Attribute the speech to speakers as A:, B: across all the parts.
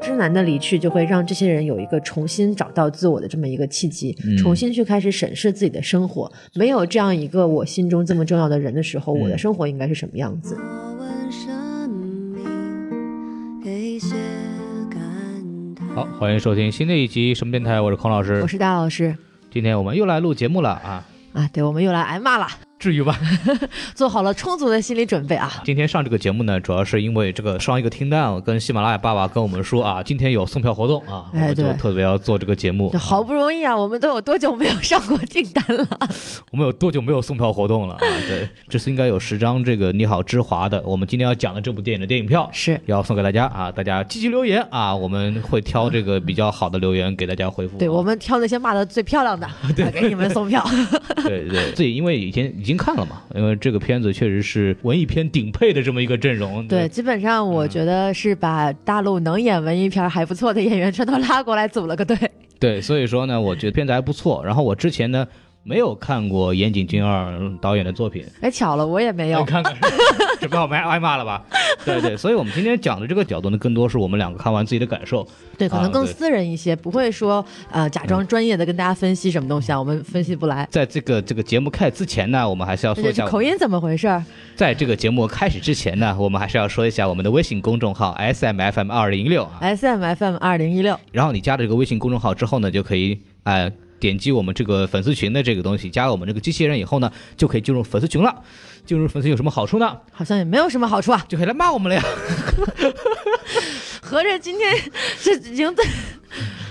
A: 之南的离去，就会让这些人有一个重新找到自我的这么一个契机，
B: 嗯
A: 重新去开始审视自己的生活。没有这样一个我心中这么重要的人的时候，我的生活应该是什么样子？
C: 我问生命给些感叹。
B: 好，欢迎收听新的一集什么电台，我是孔老师
A: 我。是大老师
B: 今天我们又来录节目了啊，
A: 啊，对我们又来挨骂了，
B: 至于吧？
A: 做好了充足的心理准备啊。
B: 今天上这个节目呢，主要是因为这个上一个听蛋跟喜马拉雅爸爸跟我们说啊，今天有送票活动啊，我
A: 哎
B: 们就
A: 对
B: 特别要做这个节目
A: 这。好不容易啊，我们都有多久没有上过订单了？
B: 我们有多久没有送票 活动了啊？对，这次应该有十张这个《你好，之华》的，我们今天要讲的这部电影的电影票
A: 是
B: 要送给大家啊，大家积极留言啊，我们会挑这个比较好的留言给大家回复啊。
A: 对，我们挑那些骂的最漂亮的，啊给你们送票。
B: 对对，自己因为以前已经看了嘛，因为这个片子确实是文艺片顶配的这么一个阵容。
A: 对，，基本上
B: 嗯
A: 我觉得是把大陆能演文艺片儿还不错的演员全都拉过来组了个队。
B: 对，所以说呢，我觉得片子还不错。然后我之前呢没有看过岩井俊二导演的作品，
A: 哎，巧了，我也没有
B: 你。看看，准备好挨挨骂 了吧？对对，所以我们今天讲的这个角度呢，更多是我们两个看完自己的感受。
A: 对，可
B: 啊
A: 能更
B: 对嗯
A: 私人一些，不会说呃假装专业的跟大家分析什么东西啊，我们分析不来。
B: 在这个这个节目开始之前呢，我们还是要说
A: 这
B: 一下，啊
A: 口音怎么回事儿？
B: 在这个节目开始之前呢，我们还是要说一下我们的微信公众号 S M F M 二零六啊。
A: S M F M 二零一六，
B: 然后你加了这个微信公众号之后呢，就可以呃点击我们这个粉丝群的这个东西，加了我们这个机器人以后呢，就可以进入粉丝群了。进入粉丝群有什么好处呢？
A: 好像也没有什么好处啊。
B: 就可以来骂我们了呀。
A: 合着今天这已经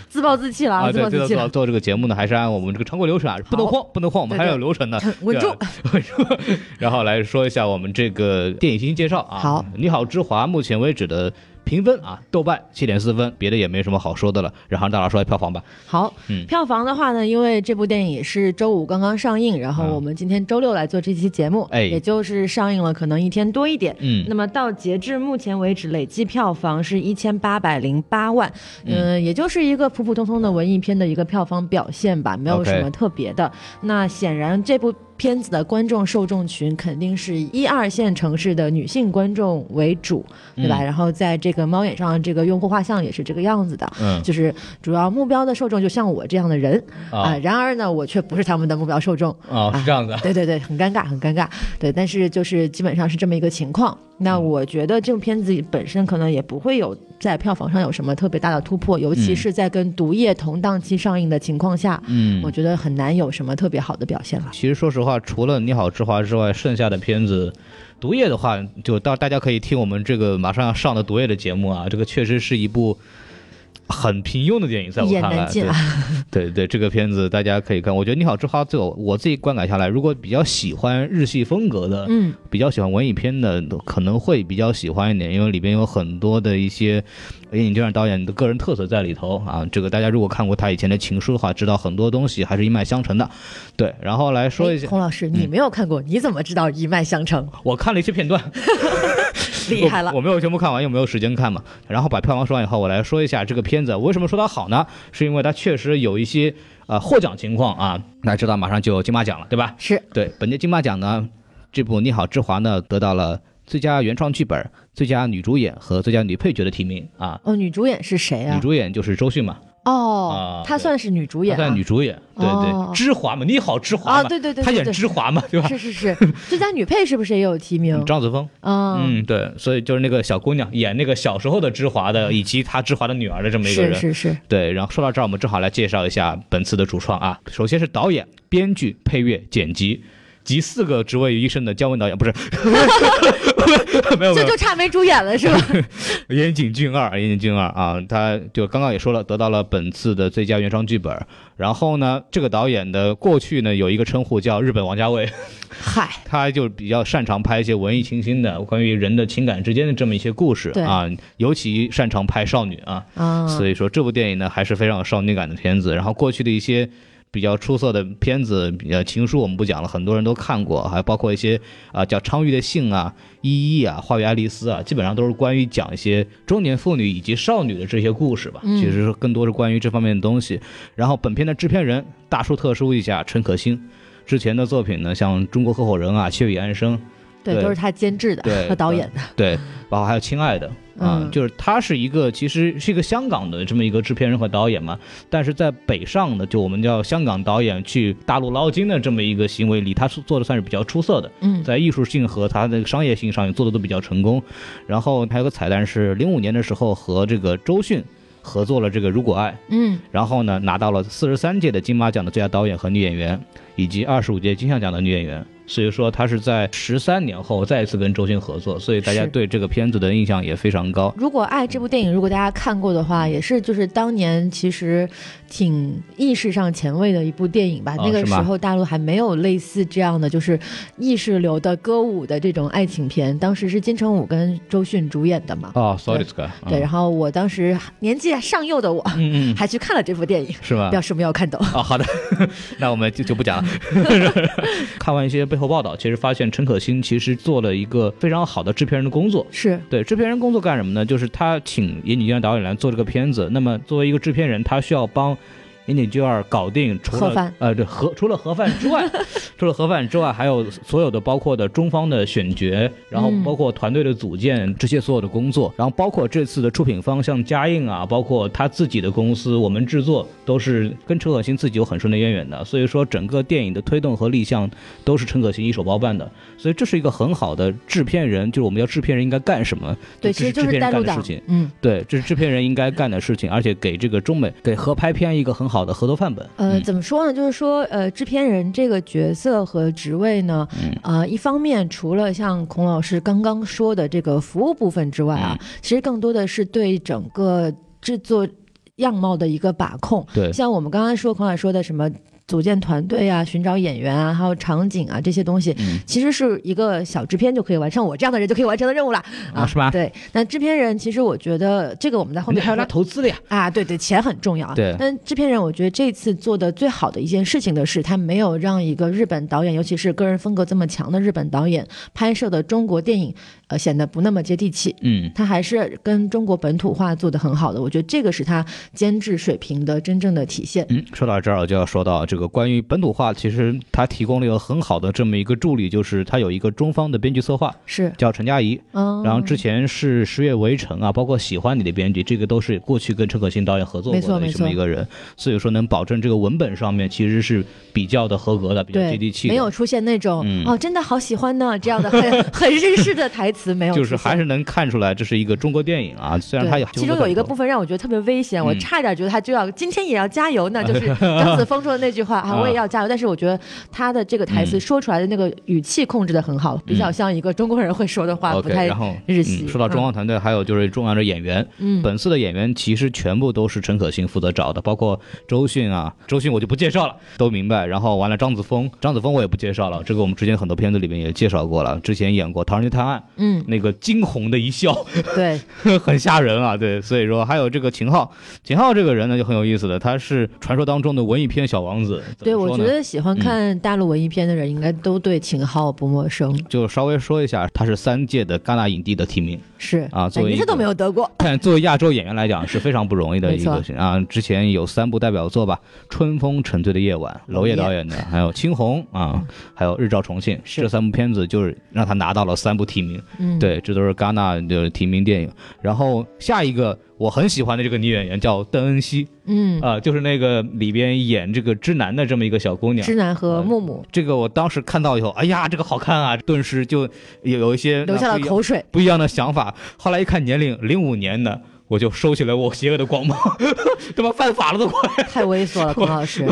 A: 自暴自弃了，啊自
B: 啊对
A: 暴
B: 对
A: 自
B: 对，
A: 弃
B: 做
A: 了。
B: 做这个节目呢，还是按我们这个常规流程啊，不能慌，不能慌，我们还
A: 对
B: 是
A: 对
B: 有流程的。
A: 稳
B: 对
A: 住
B: 吧， 稳住。然后来说一下我们这个电影信息介绍啊。
A: 好，
B: 你好，之华，目前为止的。评分啊，豆瓣七点四分，别的也没什么好说的了。然后大老师来票房吧，
A: 好，
B: 嗯
A: 票房的话呢，因为这部电影也是周五刚刚上映，然后
B: 嗯
A: 我们今天周六来做这期节目，
B: 哎
A: 也就是上映了可能一天多一点。
B: 嗯
A: 那么到截至目前为止，累计票房是一千八百零八万，嗯、也就是一个普普通通的文艺片的一个票房表现吧，没有
B: OK
A: 什么特别的。那显然这部片子的观众受众群肯定是一二线城市的女性观众为主，对吧？然后在这个猫眼上，这个用户画像也是这个样子的，
B: 嗯
A: 就是主要目标的受众就像我这样的人
B: 啊
A: 啊、然而呢，我却不是他们的目标受众，
B: 啊、是这样子啊，
A: 对对对，很尴尬，很尴尬。对，但是就是基本上是这么一个情况。那
B: 嗯
A: 我觉得这部片子本身可能也不会有在票房上有什么特别大的突破，尤其是在跟《毒液》同档期上映的情况下，
B: 嗯
A: 我觉得很难有什么特别好的表现了。
B: 其实说实话，除了《你好，之华》之外，剩下的片子，《毒液》的话，就到大家可以听我们这个马上要上的《毒液》的节目啊，这个确实是一部很平庸的电影，在我
A: 一言
B: 看来，
A: 难尽啊
B: 对对 对，这个片子大家可以看。我觉得《你好，之华》最有我自己观感下来，如果比较喜欢日系风格的，
A: 嗯，
B: 比较喜欢文艺片的，可能会比较喜欢一点，因为里边有很多的一些岩井俊二导演的个人特色在里头啊。这个大家如果看过他以前的《情书》的话，知道很多东西还是一脉相承的。对，然后来说一下嗯
A: 哎，孔老师，你没有看过，你怎么知道一脉相承？
B: 我看了一些片段，
A: 哎 厉害了
B: 我！我没有全部看完，又没有时间看嘛。然后把票房说完以后，我来说一下这个片子为什么说它好呢？是因为它确实有一些呃获奖情况啊。大家知道马上就有金马奖了，对吧？
A: 是
B: 对，本届金马奖呢，这部《你好，之华》呢得到了最佳原创剧本、最佳女主演和最佳女配角的提名啊。
A: 哦，女主演是谁啊
B: 女？主演就是周迅嘛，
A: 哦，
B: 啊
A: 她
B: 对
A: 算是女主演、
B: 她
A: 啊，
B: 算女主演，对
A: 哦
B: 对，之华嘛，你好，之华
A: 啊
B: 嘛，
A: 对对对
B: 她
A: 对
B: 演
A: 对
B: 之华嘛，对吧？嗯
A: 是是是，最佳女配是不是也有提名？
B: 张子枫，
A: 嗯，
B: 嗯，对，所以就是那个小姑娘演那个小时候的芝华的，以及她芝华的女儿的这么一个
A: 嗯是
B: 人。
A: 是是，
B: 对，然后说到这儿，我们正好来介绍一下本次的主创啊。首先是导演、编剧、配乐、剪辑，集四个职位于一身的姜文导演，不是，没有 没
A: 这
B: 有，
A: 就差没主演了是吧？
B: 岩井俊二，岩井俊二啊，他就刚刚也说了，得到了本次的最佳原创剧本。然后呢，这个导演的过去呢有一个称呼叫日本王家卫，
A: 嗨。
B: 他就比较擅长拍一些文艺清新的关于人的情感之间的这么一些故事
A: 对
B: 啊，尤其擅长拍少女啊，
A: 啊，
B: 所以说这部电影呢还是非常有少女感的片子。然后过去的一些比较出色的片子，呃，《情书》我们不讲了，很多人都看过，还包括一些啊、叫《昌钰的信》啊、《依依》啊、《花与爱丽丝》啊，基本上都是关于讲一些中年妇女以及少女的这些故事吧。
A: 嗯
B: 其实更多是关于这方面的东西。然后本片的制片人大书特书一下陈可辛，之前的作品呢，像《中国合伙人》啊、《血雨安生》。
A: 对，
B: 对
A: 都是他监制的
B: 对嗯
A: 和导演的，
B: 对，包括还有《亲爱的》啊、
A: 嗯
B: 就是他是一个其实是一个香港的这么一个制片人和导演嘛，但是在北上呢，就我们叫香港导演去大陆捞金的这么一个行为里，他是做的算是比较出色的，
A: 嗯
B: 在艺术性和他的商业性上也做的都比较成功。然后还有个彩蛋是零五年的时候和这个周迅合作了这个《如果爱》，
A: 嗯
B: 然后呢，拿到了四十三届的金马奖的最佳导演和女演员，以及二十五届金像奖的女演员。所以说，她是在十三年后再一次跟周迅合作，所以大家
A: 是
B: 对这个片子的印象也非常高。
A: 如果《爱》这部电影，如果大家看过的话，也是就是当年其实挺意识上前卫的一部电影吧。
B: 哦
A: 那个
B: 是
A: 时
B: 吗
A: 候大陆还没有类似这样的就是意识流的歌舞的这种爱情片，当时是金城武跟周迅主演的嘛。
B: 哦，sorry，这个，
A: 对，
B: 嗯
A: 然后我当时年纪尚幼的我，
B: 嗯嗯，
A: 还去看了这部电影，
B: 是吧？
A: 表示没有看懂。
B: 啊、好的， 那我们就就不讲了。 看完一些背后报道，其实发现陈可辛其实做了一个非常好的制片人的工作，
A: 是，
B: 对，制片人工作干什么呢？就是他请岩井俊二导演来做这个片子。那么作为一个制片人，他需要帮岩井俊二搞定除
A: 盒饭
B: 了呃对盒除了盒饭 之外，除了盒饭之外，还有所有的包括的中方的选角，然后
A: 嗯
B: 包括团队的组建这些所有的工作，然后包括这次的出品方像嘉映啊，包括他自己的公司我们制作都是跟陈可辛自己有很深的渊源的，所以说整个电影的推动和立项都是陈可辛一手包办的。所以这是一个很好的制片人，就是我们叫制片人应该干什么？
A: 对，
B: 这
A: 其实就
B: 制
A: 是
B: 片
A: 带
B: 人干
A: 入
B: 的事
A: 党
B: 情。，
A: 嗯。
B: 对，这是制片人应该干的事情，而且给这个中美给合拍片一个很好的合作范本。
A: 呃，
B: 嗯
A: 怎么说呢？就是说，呃，制片人这个角色和职位呢，
B: 嗯
A: 呃，一方面除了像孔老师刚刚说的这个服务部分之外啊，
B: 嗯
A: 其实更多的是对整个制作样貌的一个把控。
B: 对，
A: 像我们刚刚说孔老师说的什么组建团队啊、寻找演员啊、还有场景啊这些东西，
B: 嗯
A: 其实是一个小制片就可以完成，我这样的人就可以完成的任务了
B: 啊是吧
A: 对，那制片人其实我觉得这个我们在后
B: 人家
A: 面
B: 还要
A: 会
B: 拉投资的呀。
A: 啊，对对，钱很重要啊。
B: 对
A: 但制片人我觉得这次做的最好的一件事情的是，他没有让一个日本导演，尤其是个人风格这么强的日本导演拍摄的中国电影，呃，显得不那么接地气。
B: 嗯，
A: 他还是跟中国本土化做得很好的，我觉得这个是他监制水平的真正的体现。
B: 嗯，说到这儿，我就要说到这个关于本土化，其实它提供了一个很好的这么一个助力，就是它有一个中方的编剧策划
A: 是，
B: 叫陈佳怡，
A: 嗯，
B: 然后之前是《十月围城》啊，包括《喜欢你》的编辑，这个都是过去跟陈可辛导演合作
A: 没错
B: 过的
A: 没
B: 这么
A: 错
B: 一个人，所以说能保证这个文本上面其实是比较的合格的，比较接
A: 对
B: 地气，的，
A: 没有出现那种、
B: 嗯
A: 哦，真的好喜欢呢这样的很 很日式的台词，没有出
B: 就
A: 现，
B: 是还是能看出来这是一个中国电影啊，虽然
A: 对，
B: 它有
A: 其中有一个部分让我觉得特别危险，我
B: 嗯
A: 差点觉得他就要今天也要加油呢，就是张子枫说的那 句话啊，
B: 啊
A: 我也要加油。但是我觉得他的这个台词
B: 嗯
A: 说出来的那个语气控制的很好，比较像一个中国人会说的话，啊不
B: OK，
A: 太
B: 然后
A: 日系啊
B: 嗯、说到中央团队，还有就是重要的演员，
A: 嗯
B: 本次的演员其实全部都是陈可辛负责找的，包括周迅啊，周迅我就不介绍了，都明白。然后完了张子枫，张子枫我也不介绍了，这个我们之前很多片子里面也介绍过了，之前演过《唐人街探案》
A: 嗯，
B: 那个惊鸿的一笑，
A: 对，
B: 很吓人啊，对，所以说还有这个秦昊，秦昊这个人呢就很有意思的，他是传说当中的文艺片小王子，怎么
A: 对我
B: 说
A: 觉
B: 呢嗯
A: 得喜欢看大陆文艺片的人应该都对秦昊不陌生，
B: 就稍微说一下，他是三届的戛纳影帝的提名。
A: 是
B: 啊作
A: 哎
B: 为
A: 一
B: 一
A: 次
B: 个
A: 都没有得过，
B: 但作为亚洲演员来讲是非常不容易的
A: 没
B: 一
A: 错
B: 个啊，之前有三部代表作吧，《春风沉醉的夜晚》，娄烨导演的，还有《青红》啊，还有《日照重庆》
A: 是
B: 这三部片子，就是让他拿到了三部提名。
A: 嗯，，
B: 对，这都是戛纳的提名电影。然后下一个我很喜欢的这个女演员叫邓恩熙
A: 嗯，
B: 啊、就是那个里边演这个知男的这么一个小姑娘
A: 知。南
B: 呃
A: 和木木
B: 这个我当时看到以后，哎呀，这个好看啊！顿时就有有一些
A: 流下
B: 啊
A: 了
B: 不一样
A: 口 水，
B: 不一样的想法。后来一看年龄，零五年的，我就收起了我邪恶的光芒， 他妈犯法了都快。
A: 太猥琐 了，孔老师。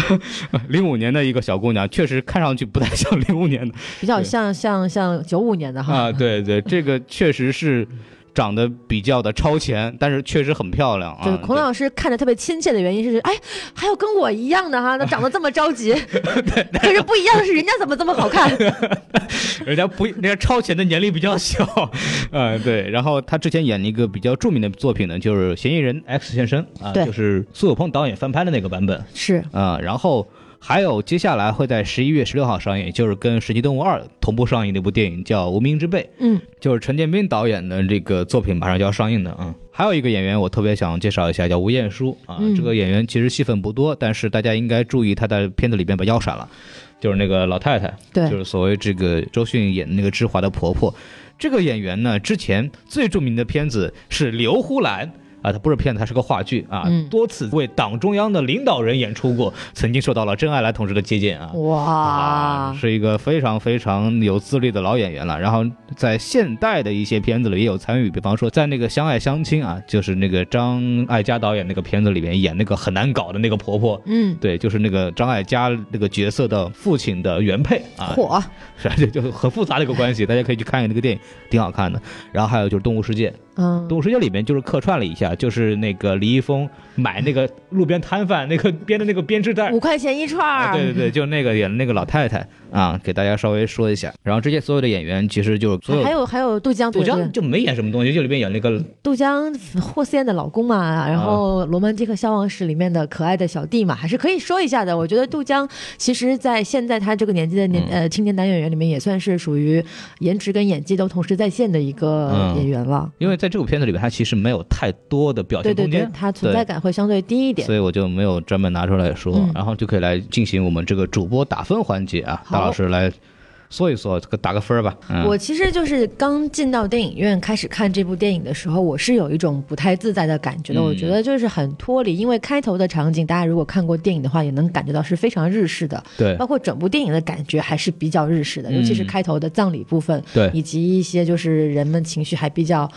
B: 零五年的一个小姑娘，确实看上去不太像零五年的
A: 比较
B: 对
A: 像像像九五年的哈，
B: 啊。对对，这个确实是长得比较的超前，但是确实很漂亮啊。
A: 对，孔老师看着特别亲切的原因是，哎，还有跟我一样的哈，那长得这么着 急， 可是不一样的是，人家怎么这么好看？
B: 人家不，人家超前的年龄比较小， 呃，对。然后他之前演了一个比较著名的作品呢，就是《嫌疑人 X 现身》啊、
A: 对
B: 就是苏有朋导演翻拍的那个版本。
A: 是
B: 啊、然后还有接下来会在十一月十六号上映，也就是跟《神奇动物二》同步上映的一部电影叫《无名之辈》，
A: 嗯，
B: 就是陈建斌导演的这个作品马上就要上映的啊。还有一个演员我特别想介绍一下，叫吴彦姝啊，
A: 嗯
B: 这个演员其实戏份不多，但是大家应该注意他在片子里边把腰闪了。就是那个老太太，
A: 对
B: 就是所谓这个周迅演的那个芝华的婆婆。这个演员呢，之前最著名的片子是《刘胡兰》。啊，她不是片子，她是个话剧啊，
A: 嗯
B: 多次为党中央的领导人演出过，曾经受到了真爱来同志的接见啊。
A: 哇
B: 啊，，是一个非常非常有资历的老演员了。然后在现代的一些片子里也有参与，比方说在那个《相爱相亲》啊，就是那个张艾嘉导演那个片子里面演那个很难搞的那个婆婆。
A: 嗯，
B: 对，就是那个张艾嘉那个角色的父亲的原配啊，
A: 火，
B: 是啊，就就很复杂的一个关系，大家可以去看一看那个电影，挺好看的。然后还有就是《动物世界》，
A: 嗯
B: 《动，物世界》里面就是客串了一下，就是那个李易峰买那个路边摊贩那个编的那个编织袋儿
A: 五，块钱一串
B: 啊，
A: 儿，
B: 对对对，就那个演的那个老太太啊，给大家稍微说一下。然后这些所有的演员其实就所
A: 还
B: 有。
A: 有还有杜江，
B: 杜
A: 对对
B: 江就没演什么东西，就里面演那个
A: 杜江霍思燕的老公嘛，
B: 啊
A: 然后《罗曼蒂克消亡史》里面的可爱的小弟嘛，还是可以说一下的。我觉得杜江其实，在现在他这个年纪的年、
B: 嗯
A: 呃青年男演员里面，也算是属于颜值跟演技都同时在线的一个
B: 嗯
A: 演员了。
B: 因为在这部片子里面，他其实没有太多的表
A: 对
B: 现
A: 对
B: 空
A: 对
B: 间，，
A: 他存在感会相对低一点
B: 所。以我就没有专门拿出来说。
A: 嗯
B: 然后就可以来进行我们这个主播打分环节啊，
A: 好
B: 大老师来说一说，这个打个分儿吧。嗯、
A: 我其实就是刚进到电影院开始看这部电影的时候，我是有一种不太自在的感觉的。
B: 嗯
A: 我觉得就是很脱离，因为开头的场景，大家如果看过电影的话，也能感觉到是非常日式的，
B: 对
A: 包括整部电影的感觉还是比较日式的，
B: 嗯
A: 尤其是开头的葬礼部分，
B: 对，
A: 以及一些就是人们情绪还比较，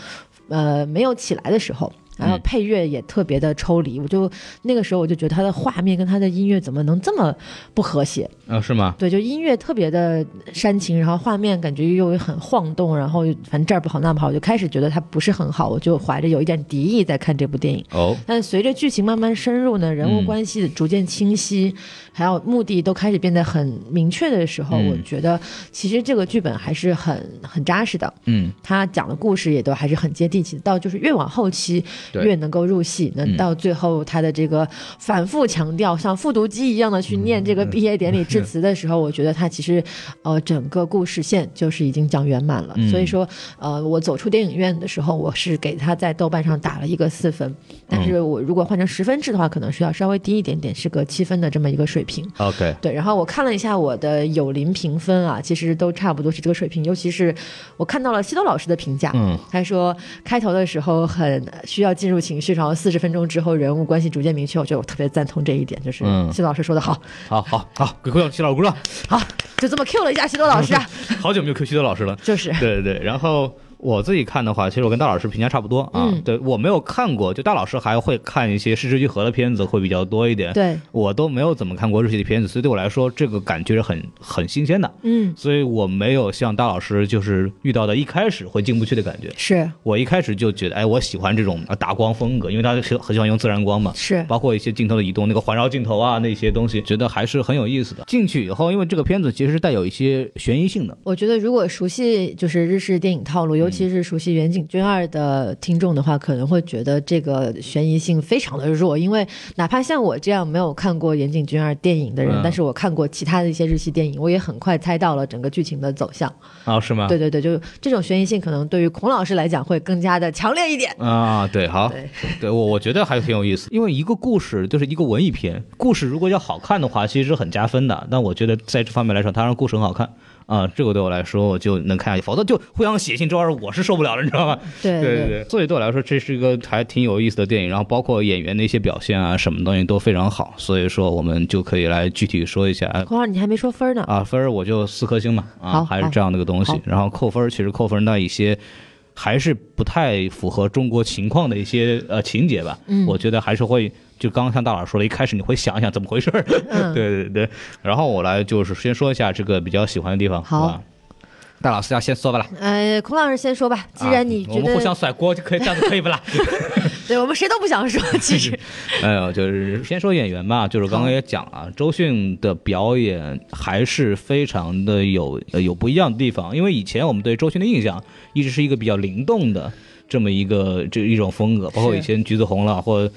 A: 呃，没有起来的时候。然后
B: 嗯
A: 配乐也特别的抽离，我就那个时候我就觉得它的画面跟它的音乐怎么能这么不和谐？
B: 啊、是吗？
A: 对，就音乐特别的煽情，然后画面感觉又很晃动，然后反正这儿不好那儿不好，我就开始觉得它不是很好，我就怀着有一点敌意在看这部电影。
B: 哦，
A: 但随着剧情慢慢深入呢，人物
B: 嗯
A: 关系逐渐清晰，还有目的都开始变得很明确的时候，
B: 嗯
A: 我觉得其实这个剧本还是很很扎实的。
B: 嗯，
A: 他讲的故事也都还是很接地气的，到就是越往后期
B: 对
A: 越能够入戏，那
B: 嗯
A: 到最后他的这个反复强调，像复读机一样的去念这
B: 嗯
A: 个毕业典礼致辞的时候，我觉得他其实呃整个故事线就是已经讲圆满了。
B: 嗯
A: 所以说呃我走出电影院的时候，我是给他在豆瓣上打了一个四分，但是
B: 嗯
A: 我如果换成十分制的话，可能是要稍微低一点点，是个七分的这么一个水平。
B: OK，
A: 对，然后我看了一下我的友邻评分啊，其实都差不多是这个水平，尤其是我看到了西多老师的评价，
B: 嗯，
A: 他说开头的时候很需要进入情绪，然后四十分钟之后人物关系逐渐明确，我觉得我特别赞同这一点，就是
B: 嗯
A: 西多老师说的好，
B: 好好好，给鼓掌，谢老鼓掌，
A: 好，就这么 Q 了一下西多老师 啊，
B: 好久没有 Q 徐德老师了。
A: 就是
B: 对对对，然后我自己看的话，其实我跟大老师评价差不多啊。
A: 嗯
B: 对我没有看过，就大老师还会看一些失之愈合的片子会比较多一点。
A: 对，
B: 我都没有怎么看过日系的片子，所以对我来说，这个感觉是很很新鲜的。
A: 嗯，
B: 所以我没有像大老师就是遇到的一开始会进不去的感觉。
A: 是
B: 我一开始就觉得，哎，我喜欢这种呃打光风格，因为他很很喜欢用自然光嘛。
A: 是，
B: 包括一些镜头的移动，那个环绕镜头啊，那些东西，觉得还是很有意思的。进去以后，因为这个片子其实是带有一些悬疑性的，
A: 我觉得，如果熟悉就是日式电影套路，尤其是熟悉《远景君二》的听众的话，可能会觉得这个悬疑性非常的弱。因为哪怕像我这样没有看过《远景君二》电影的人，
B: 嗯
A: 但是我看过其他的一些日系电影，我也很快猜到了整个剧情的走向。
B: 啊，是吗？
A: 对对对，就这种悬疑性，可能对于孔老师来讲会更加的强烈一点。
B: 啊，对，好，
A: 对
B: 对我我觉得还挺有意思，因为一个故事就是一个文艺片，故事如果要好看的话，其实是很加分的。但我觉得在这方面来说，它让故事很好看啊，这个对我来说我就能看下去，否则就互相写信这玩意儿我是受不了了，你知道吗？
A: 对
B: 对对，所以对我来说这是一个还挺有意思的电影，然后包括演员的一些表现啊，什么东西都非常好，所以说我们就可以来具体说一下。哎
A: 孔老师，你还没说分呢。
B: 啊，分儿我就四颗星嘛，啊，
A: 好
B: 还是
A: 好
B: 这样的一个东西
A: 好。
B: 然后扣分儿，其实扣分到一些还是不太符合中国情况的一些呃情节吧。
A: 嗯
B: 我觉得还是会就刚刚像大老师说的，一开始你会想一想怎么回事儿。
A: 嗯
B: 对 对对。然后我来就是先说一下这个比较喜欢的地方，
A: 好
B: 吧？大老师要先说吧啦。
A: 呃，孔老师先说吧，既
B: 啊
A: 然你觉
B: 我
A: 得，
B: 们互相甩锅就可以，这样子可以不啦？
A: 对我们谁都不想说，其 实
B: 哎呦，就是先说演员吧，就是刚刚也讲了，周迅的表演还是非常的有呃有不一样的地方，因为以前我们对周迅的印象一直是一个比较灵动的这么一个这一种风格，包括
A: 是
B: 以前橘子红了，或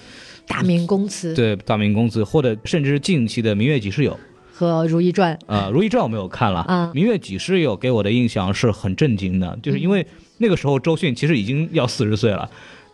A: 大明宫词
B: 对大明宫词，或者甚至是近期的《明月几时有》
A: 和《如懿传》
B: 啊，《如懿传》我没有看了，
A: 啊
B: 明月几时有》给我的印象是很震惊的，就是因为
A: 嗯
B: 那个时候周迅其实已经要四十岁了。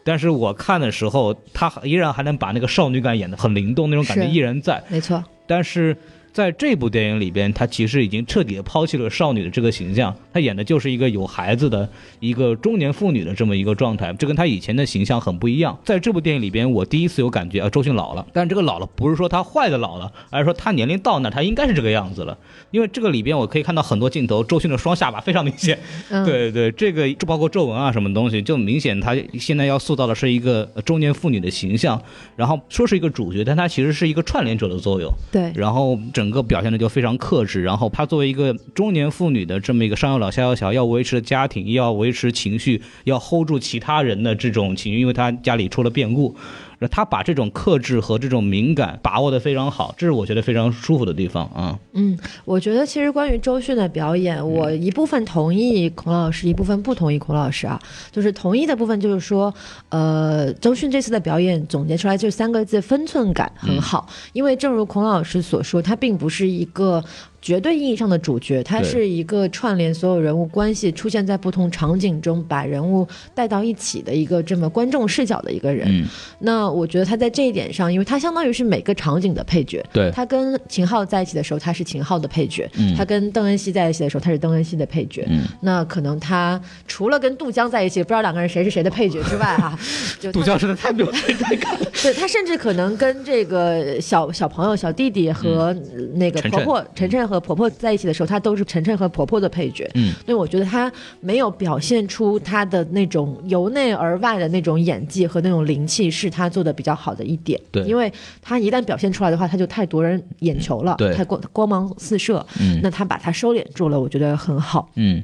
B: 但是我看的时候，她依然还能把那个少女感演得很灵动，那种感觉
A: 是
B: 依然在。
A: 没错，
B: 但是在这部电影里边，他其实已经彻底的抛弃了少女的这个形象，他演的就是一个有孩子的一个中年妇女的这么一个状态，这跟他以前的形象很不一样。在这部电影里边，我第一次有感觉啊，周迅老了，但这个老了不是说她坏的老了，而是说她年龄到那儿，她应该是这个样子了。因为这个里边我可以看到很多镜头，周迅的双下巴非常明显，
A: 嗯，
B: 对对，这个就包括皱纹啊什么东西，就明显她现在要塑造的是一个呃中年妇女的形象，然后说是一个主角，但她其实是一个串联者的作用。
A: 对，
B: 然后整个表现的就非常克制，然后她作为一个中年妇女的这么一个上有老下有小，要维持家庭，要维持情绪，要 hold 住其他人的这种情绪，因为她家里出了变故，然后她把这种克制和这种敏感把握的非常好，这是我觉得非常舒服的地方啊。
A: 嗯，我觉得其实关于周迅的表演，我一部分同意孔老师，一部分不同意孔老师啊。就是同意的部分，就是说，呃，周迅这次的表演总结出来就三个字：分寸感
B: 嗯
A: 很好。因为正如孔老师所说，他并不是一个。绝对意义上的主角，他
B: 对
A: 是一个串联所有人物关系，出现在不同场景中，把人物带到一起的一个这么观众视角的一个人。
B: 嗯，
A: 那我觉得他在这一点上，因为他相当于是每个场景的配角，
B: 对
A: 他跟秦昊在一起的时候，他是秦昊的配角；
B: 嗯
A: 他跟邓恩熙在一起的时候，他是邓恩熙的配角。
B: 嗯
A: 那可能他除了跟杜江在一起，不知道两个人谁是谁的配角之外 啊，就他
B: 杜江实在太没有存在感。
A: 对他甚至可能跟这个小小朋友、小弟弟和那个
B: 嗯晨
A: 婆
B: 晨
A: 婆、晨晨和婆婆在一起的时候，他都是晨晨和婆婆的配角。
B: 嗯，
A: 所以我觉得他没有表现出他的那种由内而外的那种演技和那种灵气，是他做的比较好的一点。
B: 对
A: 因为他一旦表现出来的话，他就太夺人眼球了，
B: 对
A: 太光光芒四射。
B: 嗯
A: 那他把它收敛住了，我觉得很好。
B: 嗯，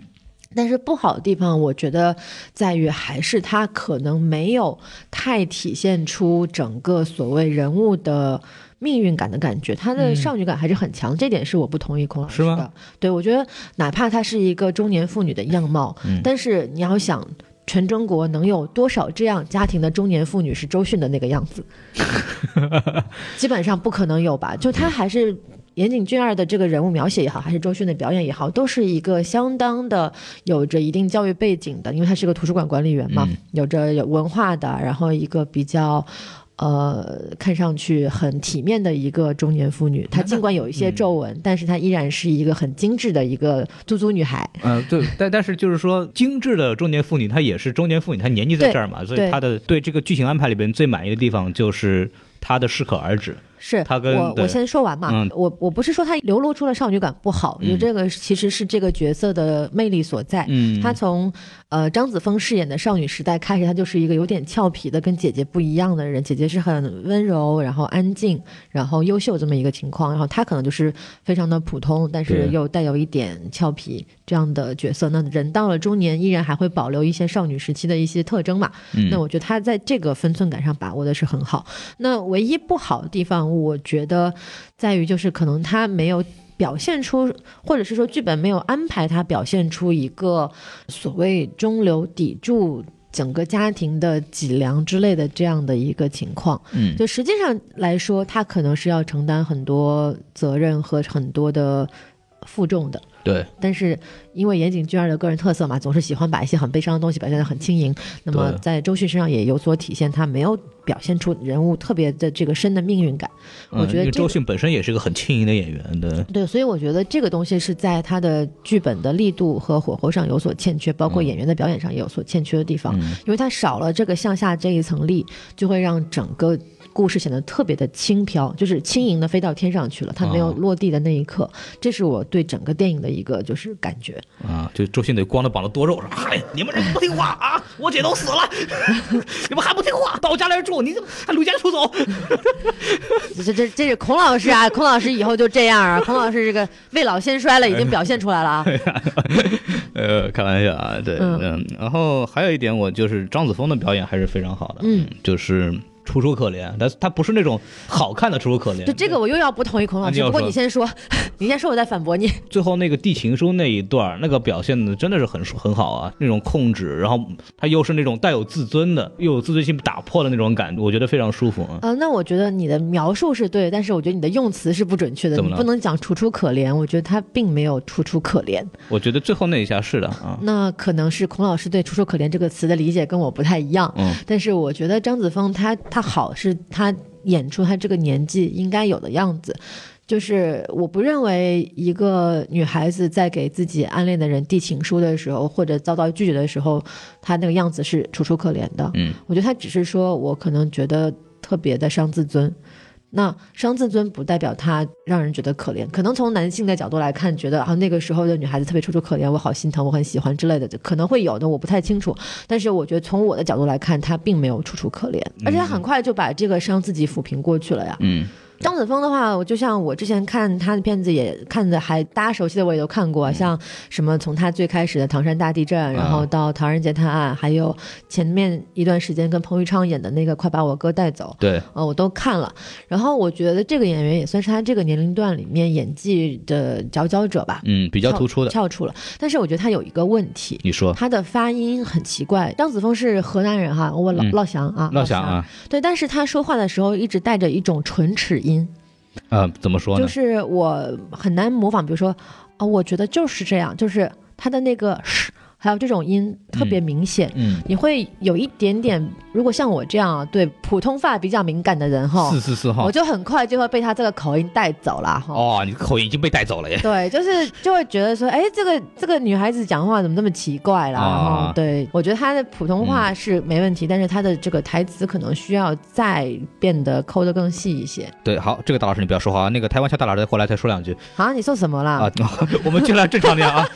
A: 但是不好的地方，我觉得在于还是他可能没有太体现出整个所谓人物的命运感的感觉，他的少女感还是很强，这点是我不同意孔老师
B: 嗯是
A: 的
B: 吗。
A: 对，我觉得哪怕她是一个中年妇女的样貌，
B: 嗯
A: 但是你要想。全中国能有多少这样家庭的中年妇女是周迅的那个样子？基本上不可能有吧？就她还是岩井俊二的这个人物描写也好，还是周迅的表演也好，都是一个相当的有着一定教育背景的，因为他是个图书馆管理员嘛，有着有文化的，然后一个比较。呃，看上去很体面的一个中年妇女，她尽管有一些皱纹，但是她依然是一个很精致的一个猪猪女孩。
B: 嗯，对，但但是就是说，精致的中年妇女，她也是中年妇女，她年纪在这儿嘛，所
A: 对
B: 以她的对这个剧情安排里边最满意的地方就是她的适可而止。
A: 是
B: 她跟
A: 我
B: 对
A: 我先说完嘛，
B: 嗯
A: 我我不是说她流露出了少女感不好，我觉得
B: 嗯
A: 这个其实是这个角色的魅力所在。
B: 嗯
A: 她从呃张子枫饰演的少女时代开始，她就是一个有点俏皮的，跟姐姐不一样的人。姐姐是很温柔，然后安静，然后优秀这么一个情况，然后她可能就是非常的普通，但是
B: 对
A: 又带有一点俏皮这样的角色。那人到了中年，依然还会保留一些少女时期的一些特征嘛。
B: 嗯
A: 那我觉得她在这个分寸感上把握的是很好。那唯一不好的地方，我觉得在于就是可能她没有。表现出，或者是说剧本没有安排她表现出一个所谓中流砥柱整个家庭的脊梁之类的这样的一个情况。
B: 嗯
A: 就实际上来说，她可能是要承担很多责任和很多的负重的。
B: 对，
A: 但是因为岩井俊二的个人特色嘛，总是喜欢把一些很悲伤的东西表现得很轻盈。那么
B: 对
A: 在周迅身上也有所体现，她没有表现出人物特别的这个深的命运感。我觉得
B: 嗯因为
A: 这个
B: 周迅本身也是个很轻盈的演员的。
A: 对，所以我觉得这个东西是在它的剧本的力度和火候上有所欠缺，包
B: 嗯
A: 括演员的表演上也有所欠缺的地方，因为它少了这个向下这一层力，就会让整个故事显得特别的轻飘，就是轻盈的飞到天上去了，它没有
B: 哦
A: 落地的那一刻，这是我对整个电影的一个就是感觉。
B: 啊，就周迅得光着膀子多肉是吧？哎，你们人不听话啊！我姐都死了， 你们还不听话，到我家来住，你怎么还离家出走？
A: 这这这这是孔老师啊，孔老师以后就这样啊，孔老师这个未老先衰了，已经表现出来了啊。
B: 哎呃，开玩笑啊，对，
A: 嗯
B: 嗯，然后还有一点，我就是张子枫的表演还是非常好的，
A: 嗯，
B: 就是楚楚可怜，但是他不是那种好看的楚楚可怜，
A: 就这个我又要不同意孔老
B: 那
A: 师，
B: 啊你要
A: 不过
B: 说
A: 你先说， 你先说，我再反驳你。
B: 最后那个递情书那一段儿，那个表现的真的是很舒很好啊，那种控制，然后他又是那种带有自尊的，又有自尊心被打破的那种感觉，我觉得非常舒服啊。
A: 呃，那我觉得你的描述是对，但是我觉得你的用词是不准确的，
B: 怎
A: 你
B: 么了
A: 不能讲楚楚可怜，我觉得他并没有楚楚可怜，
B: 我觉得最后那一下是的啊，
A: 那可能是孔老师对楚楚可怜这个词的理解跟我不太一样，
B: 嗯
A: 但是我觉得张子枫他他好是他演出他这个年纪应该有的样子。就是我不认为一个女孩子在给自己暗恋的人递情书的时候，或者遭到拒绝的时候，她那个样子是楚楚可怜的。
B: 嗯，
A: 我觉得她只是说我可能觉得特别的伤自尊。那伤自尊不代表她让人觉得可怜，可能从男性的角度来看，觉得啊那个时候的女孩子特别楚楚可怜，我好心疼，我很喜欢之类的，可能会有的，我不太清楚。但是我觉得从我的角度来看，她并没有楚楚可怜，而且她很快就把这个伤自己抚平过去了呀。
B: 嗯
A: 张子枫的话，我就像我之前看他的片子也看的还，大家熟悉的我也都看过，像什么从他最开始的唐山大地震，然后到唐人街探案，还有前面一段时间跟彭昱畅演的那个《快把我哥带走》，
B: 对，
A: 呃，我都看了。然后我觉得这个演员也算是他这个年龄段里面演技的佼佼者吧，
B: 嗯，比
A: 比
B: 较突出的，
A: 翘楚了。但是我觉得他有一个问题，
B: 你说
A: 他的发音很奇怪。张子枫是河南人哈，我老
B: 嗯
A: 老乡啊，
B: 那想啊，
A: 对，但是他说话的时候一直带着一种唇齿音，
B: 呃，怎么说
A: 就
B: 呢？
A: 是我很难模仿。比如说，啊，我觉得就是这样，就是他的那个是，还有这种音特别明显。
B: 嗯，
A: 你会有一点点，如果像我这样啊对普通话比较敏感的人哈
B: 四，四四号
A: 我，就很快就会被他这个口音带走了哈。
B: 哦，你口音已经被带走了耶。
A: 对，就是就会觉得说，哎，这个这个女孩子讲话怎么这么奇怪啦？
B: 啊
A: 然后对我觉得她的普通话是没问题，但是她的这个台词可能需要再变得抠得更细一些。
B: 对，好，这个大老师你不要说话啊，那个台湾腔大老师过来再说两句
A: 啊，你说什么啦？
B: 啊， 我们尽量正常点啊。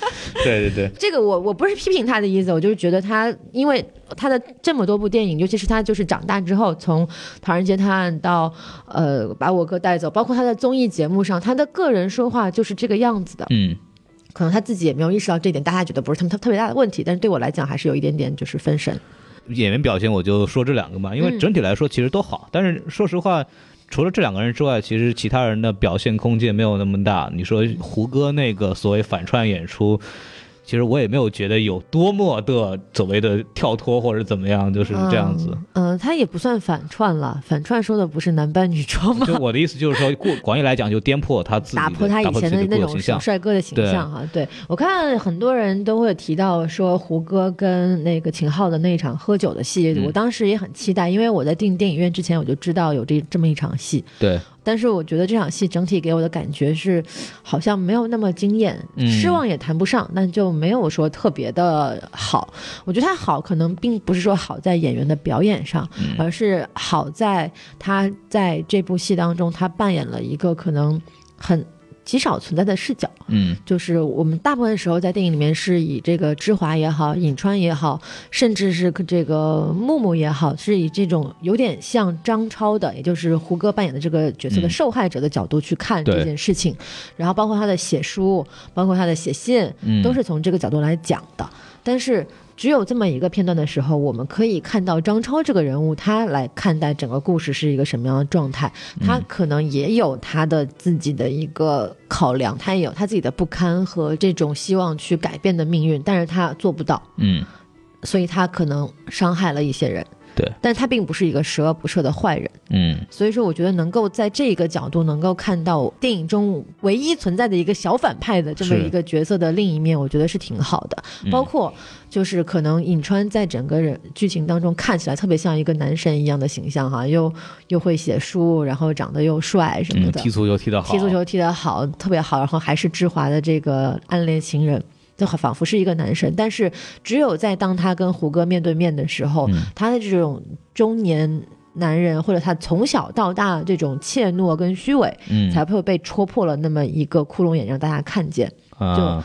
B: 对对对，
A: 这个我我不是批评他的意思，我就是觉得他，因为他的这么多部电影，尤其是他就是长大之后，从《唐人街探案》到呃把我哥带走，包括他在综艺节目上，他的个人说话就是这个样子的。
B: 嗯，
A: 可能他自己也没有意识到这一点，大家觉得不是他们特特别大的问题，但是对我来讲还是有一点点就是分神。
B: 演员表现我就说这两个嘛，因为
A: 嗯
B: 整体来说其实都好，但是说实话。除了这两个人之外，其实其他人的表现空间没有那么大。你说胡歌那个所谓反串演出，其实我也没有觉得有多么的所谓的跳脱或者怎么样，就是这样子。
A: 嗯、呃他也不算反串了，反串说的不是男扮女装吗？
B: 就我的意思就是说，过广义来讲，就颠破他自己的
A: 嗯 打破他以前
B: 自己
A: 那
B: 固有
A: 种
B: 形象。
A: 帅哥的形
B: 对
A: 象哈、对我看很多人都会提到说胡歌跟那个秦昊的那一场喝酒的戏，
B: 嗯
A: 我当时也很期待，因为我在进电影院之前我就知道有这这么一场戏，
B: 对，
A: 但是我觉得这场戏整体给我的感觉是好像没有那么惊艳，
B: 嗯
A: 失望也谈不上，但就没有说特别的好。我觉得他好，可能并不是说好在演员的表演上，而是好在他在这部戏当中，他扮演了一个可能很。极少存在的视角，
B: 嗯，
A: 就是我们大部分时候在电影里面是以这个芝华也好，颍川也好，甚至是这个木木也好，是以这种有点像张超的，也就是胡歌扮演的这个角色的
B: 嗯
A: 受害者的角度去看这
B: 对
A: 件事情，然后包括他的写书，包括他的写信，
B: 嗯
A: 都是从这个角度来讲的。但是只有这么一个片段的时候，我们可以看到张超这个人物，他来看待整个故事是一个什么样的状态。
B: 嗯
A: 他可能也有他的自己的一个考量，他也有他自己的不堪和这种希望去改变的命运，但是他做不到，
B: 嗯，
A: 所以他可能伤害了一些人。
B: 对，
A: 但他并不是一个十恶不赦的坏人。
B: 嗯，
A: 所以说，我觉得能够在这个角度能够看到电影中唯一存在的一个小反派的这么
B: 是
A: 一个角色的另一面，我觉得是挺好的。
B: 嗯
A: 包括就是可能颍川在整个人剧情当中看起来特别像一个男神一样的形象哈，又又会写书，然后长得又帅什么
B: 嗯，
A: 的，
B: 踢足球踢得好，
A: 踢足球踢得好，特别好，然后还是志华的这个暗恋情人。就很仿佛是一个男神，但是只有在当他跟胡歌面对面的时候，
B: 嗯
A: 他的这种中年男人或者他从小到大这种怯懦跟虚伪，
B: 嗯，
A: 才会被戳破了那么一个窟窿眼，让大家看见。
B: 啊，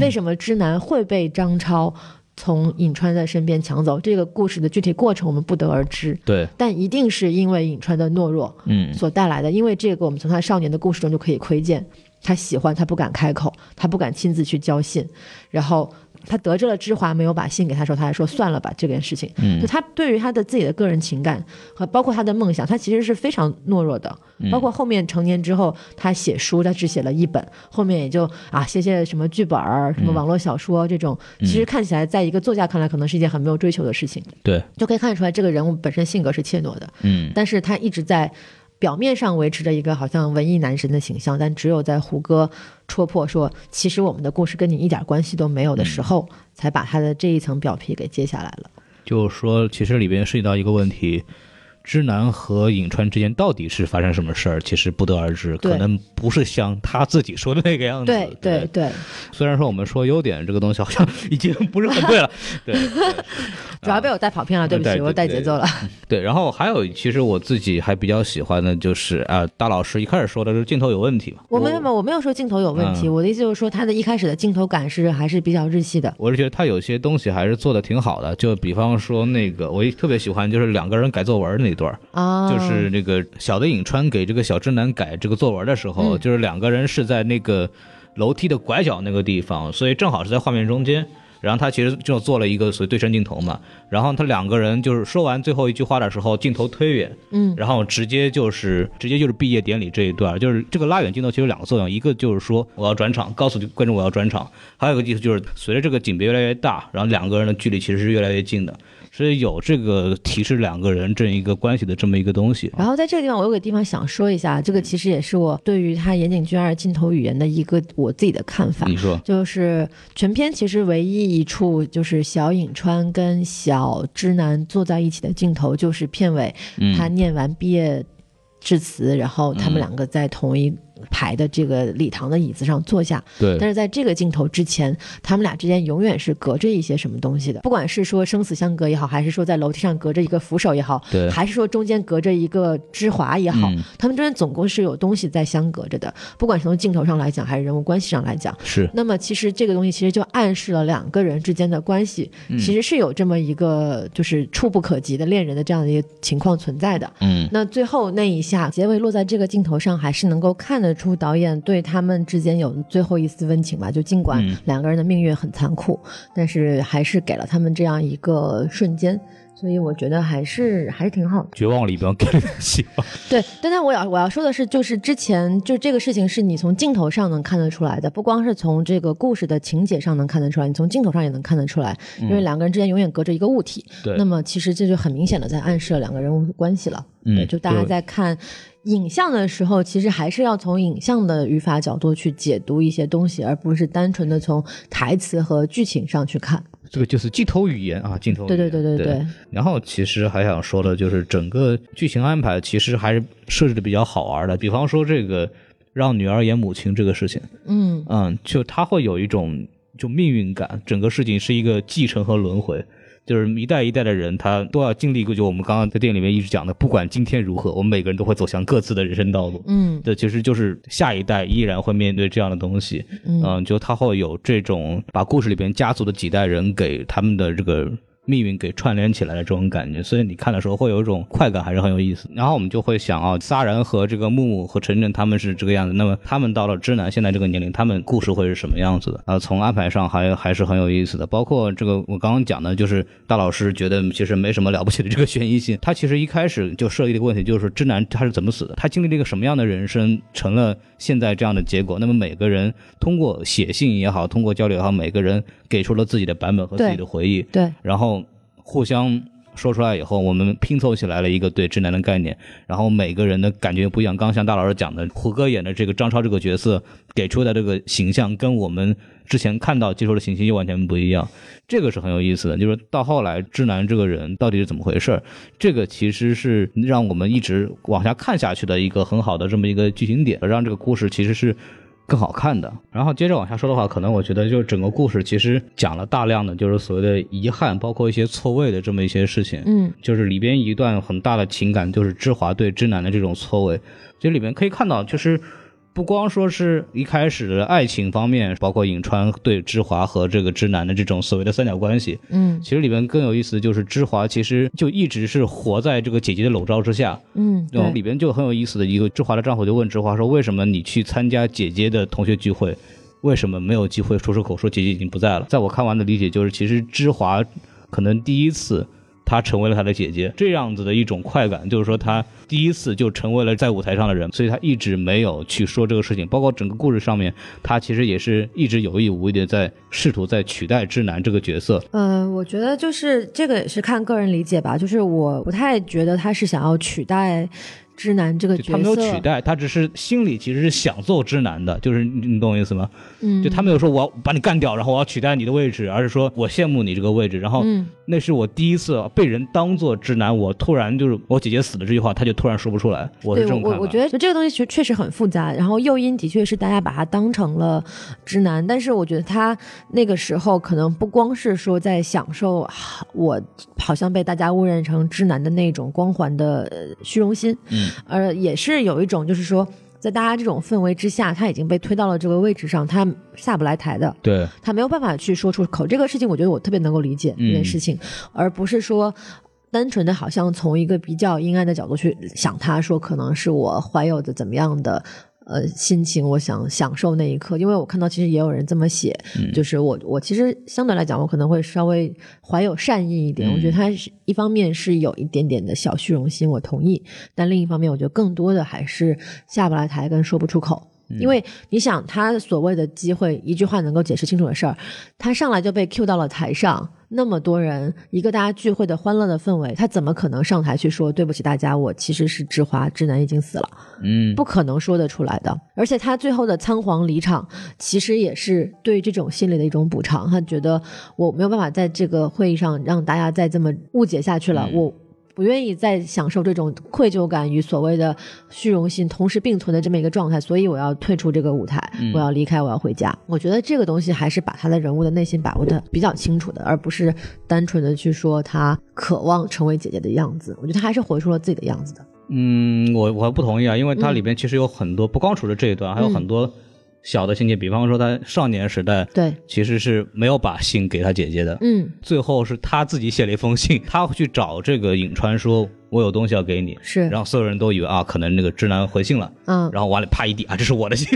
A: 为什么知南会被张超从颍川的身边抢走？这个故事的具体过程我们不得而知，
B: 对，
A: 但一定是因为颍川的懦弱
B: 嗯，
A: 所带来的。因为这个，我们从他少年的故事中就可以窥见，他喜欢，他不敢开口，他不敢亲自去交信，然后。他得知了知华没有把信给他的时候，他还说算了吧这件事情。
B: 嗯
A: 就他对于他的自己的个人情感和包括他的梦想，他其实是非常懦弱的。
B: 嗯
A: 包括后面成年之后，他写书，他只写了一本，后面也就啊写写什么剧本儿、
B: 嗯
A: 什么网络小说这种，其实看起来在一个作家看来，可能是一件很没有追求的事情，
B: 对，
A: 就可以看得出来这个人物本身性格是怯懦的，
B: 嗯，
A: 但是他一直在。表面上维持着一个好像文艺男神的形象，但只有在胡歌戳破说其实我们的故事跟你一点关系都没有的时候，
B: 嗯
A: 才把他的这一层表皮给揭下来了。
B: 就是说，其实里边涉及到一个问题，知南和颍川之间到底是发生什么事儿，其实不得而知，
A: 对
B: 可能不是像他自己说的那个样子。
A: 对对对，
B: 虽然说我们说优点这个东西好像已经不是很 对了，对，对
A: 主要被我带跑偏了，对不
B: 嗯啊对
A: 起，
B: 对
A: 我带
B: 对哦
A: 节奏了。
B: 对，然后还有，其实我自己还比较喜欢的就是啊、大老师一开始说的是镜头有问题嘛，
A: 我没有没有，我没有说镜头有问题，
B: 嗯
A: 我的意思就是说，它的一开始的镜头感是还是比较日系的。
B: 我是觉得他有些东西还是做的挺好的，就比方说那个我一特别喜欢就是两个人改作文那段儿，
A: 啊，
B: 就是那个小的颍川给这个小直男改这个作文的时候，
A: 嗯
B: 就是两个人是在那个楼梯的拐角那个地方，所以正好是在画面中间。然后他其实就做了一个所谓对称镜头嘛，然后他两个人就是说完最后一句话的时候，镜头推远，
A: 嗯，
B: 然后直接就是直接就是毕业典礼这一段，就是这个拉远镜头其实有两个作用，一个就是说我要转场，告诉观众我要转场，还有一个意思就是随着这个景别越来越大，然后两个人的距离其实是越来越近的，所以有这个提示两个人这一个关系的这么一个东西。
A: 然后在这个地方，我有个地方想说一下，这个其实也是我对于他岩井俊二镜头语言的一个我自己的看法。
B: 你说，
A: 就是全片其实唯一一处就是小颍川跟小知南坐在一起的镜头，就是片尾
B: 嗯，
A: 他念完毕业致辞，然后他们两个在同一排的这个礼堂的椅子上坐下。但
B: 对，
A: 是在这个镜头之前，他们俩之间永远是隔着一些什么东西的，不管是说生死相隔也好，还是说在楼梯上隔着一个扶手也好，
B: 对，
A: 还是说中间隔着一个枝华也好，
B: 嗯
A: 他们中间总共是有东西在相隔着的，不管是从镜头上来讲，还是人物关系上来讲。
B: 是，
A: 那么其实这个东西其实就暗示了两个人之间的关系，其实是有这么一个就是触不可及的恋人的这样的一个情况存在的。
B: 嗯，
A: 那最后那一下，结尾落在这个镜头上，还是能够看得出导演对他们之间有最后一丝温情吧。就尽管
B: 嗯
A: 两个人的命运很残酷，但是还是给了他们这样一个瞬间。所以我觉得还是还是挺好的。
B: 绝望里边给了希望，
A: 对，但但我要我要说的是，就是之前就这个事情是你从镜头上能看得出来的，不光是从这个故事的情节上能看得出来，你从镜头上也能看得出来，因为两个人之间永远隔着一个物体。
B: 嗯对
A: 那么其实这就很明显的在暗示了两个人物关系了。
B: 嗯
A: 对，就大家
B: 对
A: 在看影像的时候，其实还是要从影像的语法角度去解读一些东西，而不是单纯的从台词和剧情上去看。
B: 这个就是镜头语言啊，镜头语
A: 对
B: 言，
A: 对对对
B: 对
A: 对
B: 然后其实还想说的就是整个剧情安排其实还是设置的比较好玩的，比方说这个让女儿演母亲这个事情，
A: 嗯，
B: 嗯，就他会有一种就命运感，整个事情是一个继承和轮回。就是一代一代的人，他都要经历过。就我们刚刚在电影里面一直讲的，不管今天如何，我们每个人都会走向各自的人生道路。
A: 嗯
B: 对，其实就是下一代依然会面对这样的东西。
A: 嗯
B: 就他会有这种把故事里边家族的几代人给他们的这个。命运给串联起来的这种感觉，所以你看的时候会有一种快感，还是很有意思。然后我们就会想啊，撒然和这个木木和晨晨他们是这个样子，那么他们到了知南现在这个年龄，他们故事会是什么样子的？啊、从安排上还还是很有意思的。包括这个我刚刚讲的，就是大老师觉得其实没什么了不起的这个悬疑性，他其实一开始就设计了一个问题，就是知南他是怎么死的，他经历了一个什么样的人生，成了现在这样的结果。那么每个人通过写信也好，通过交流也好，每个人给出了自己的版本和自己
A: 对
B: 的回忆，
A: 对，
B: 然后互相说出来以后，我们拼凑起来了一个对直男的概念，然后每个人的感觉不一样。刚像大老师讲的，胡歌演的这个张超这个角色给出的这个形象，跟我们之前看到接触的信息又完全不一样，这个是很有意思的。就是到后来，直男这个人到底是怎么回事儿，这个其实是让我们一直往下看下去的一个很好的这么一个剧情点，让这个故事其实是更好看的。然后接着往下说的话，可能我觉得就是整个故事其实讲了大量的就是所谓的遗憾，包括一些错位的这么一些事情。
A: 嗯
B: 就是里边一段很大的情感，就是知华对知南的这种错位。这里面可以看到，就是不光说是一开始的爱情方面，包括颍川对知华和这个知南的这种所谓的三角关系，
A: 嗯
B: 其实里面更有意思的就是知华其实就一直是活在这个姐姐的笼罩之下。
A: 嗯，
B: 然后
A: 对
B: 里边就很有意思的一个，志华的丈夫就问志华说：“为什么你去参加姐姐的同学聚会，为什么没有机会说出口说姐姐已经不在了？”在我看完的理解就是，其实志华可能第一次。她成为了她的姐姐，这样子的一种快感，就是说她第一次就成为了在舞台上的人，所以她一直没有去说这个事情。包括整个故事上面，她其实也是一直有意无意的在试图在取代之南这个角色。
A: 呃，我觉得就是这个也是看个人理解吧，就是我不太觉得他是想要取代。知南这个
B: 就
A: 角
B: 他没有取
A: 色，
B: 代，他只是心里其实是想揍知南的，就是你你懂我意思吗？
A: 嗯，
B: 就他没有说我要把你干掉，然后我要取代你的位置，而是说我羡慕你这个位置。然后
A: 嗯
B: 那是我第一次被人当做直男，我突然就是我姐姐死了这句话，他就突然说不出来。我是
A: 对
B: 这
A: 我
B: 种看法。
A: 我我觉得这个东西确确实很复杂，然后诱因的确是大家把它当成了直男，但是我觉得他那个时候可能不光是说在享受啊我好像被大家误认成直男的那种光环的呃虚荣心，
B: 嗯，
A: 而也是有一种就是说。在大家这种氛围之下，他已经被推到了这个位置上，他下不来台的。
B: 对，
A: 他没有办法去说出口。这个事情，我觉得我特别能够理解
B: 嗯
A: 这件事情，而不是说。单纯的，好像从一个比较阴暗的角度去想他，说可能是我怀有着怎么样的呃心情，我想享受那一刻。因为我看到其实也有人这么写，
B: 嗯
A: 就是我我其实相对来讲，我可能会稍微怀有善意一点。
B: 嗯
A: 我觉得他是一方面是有一点点的小虚荣心，我同意，但另一方面，我觉得更多的还是下不来台跟说不出口。因为你想，他所谓的机会，一句话能够解释清楚的事儿，他上来就被 Q 到了台上，那么多人，一个大家聚会的欢乐的氛围，他怎么可能上台去说对不起大家，我其实是志华，直男已经死了，
B: 嗯，
A: 不可能说得出来的。而且他最后的仓皇离场，其实也是对这种心理的一种补偿。他觉得我没有办法在这个会议上让大家再这么误解下去了，我。不愿意再享受这种愧疚感与所谓的虚荣心同时并存的这么一个状态，所以我要退出这个舞台，我要离开，我要回家。我觉得这个东西还是把他的人物的内心把握的比较清楚的，而不是单纯的去说他渴望成为姐姐的样子。我觉得他还是活出了自己的样子的。
B: 嗯，我我还不同意啊，因为它里边其实有很多，不光除了这一段，还有
A: 嗯
B: 很多小的情节，比方说他少年时代
A: 对，
B: 其实是没有把信给他姐姐的，
A: 嗯，
B: 最后是他自己写了一封信，他去找这个颍川说，我有东西要给你，
A: 是
B: 然后所有人都以为啊，可能那个直男回信了。
A: 嗯，
B: 然后往里啪一地啊，这是我 的信，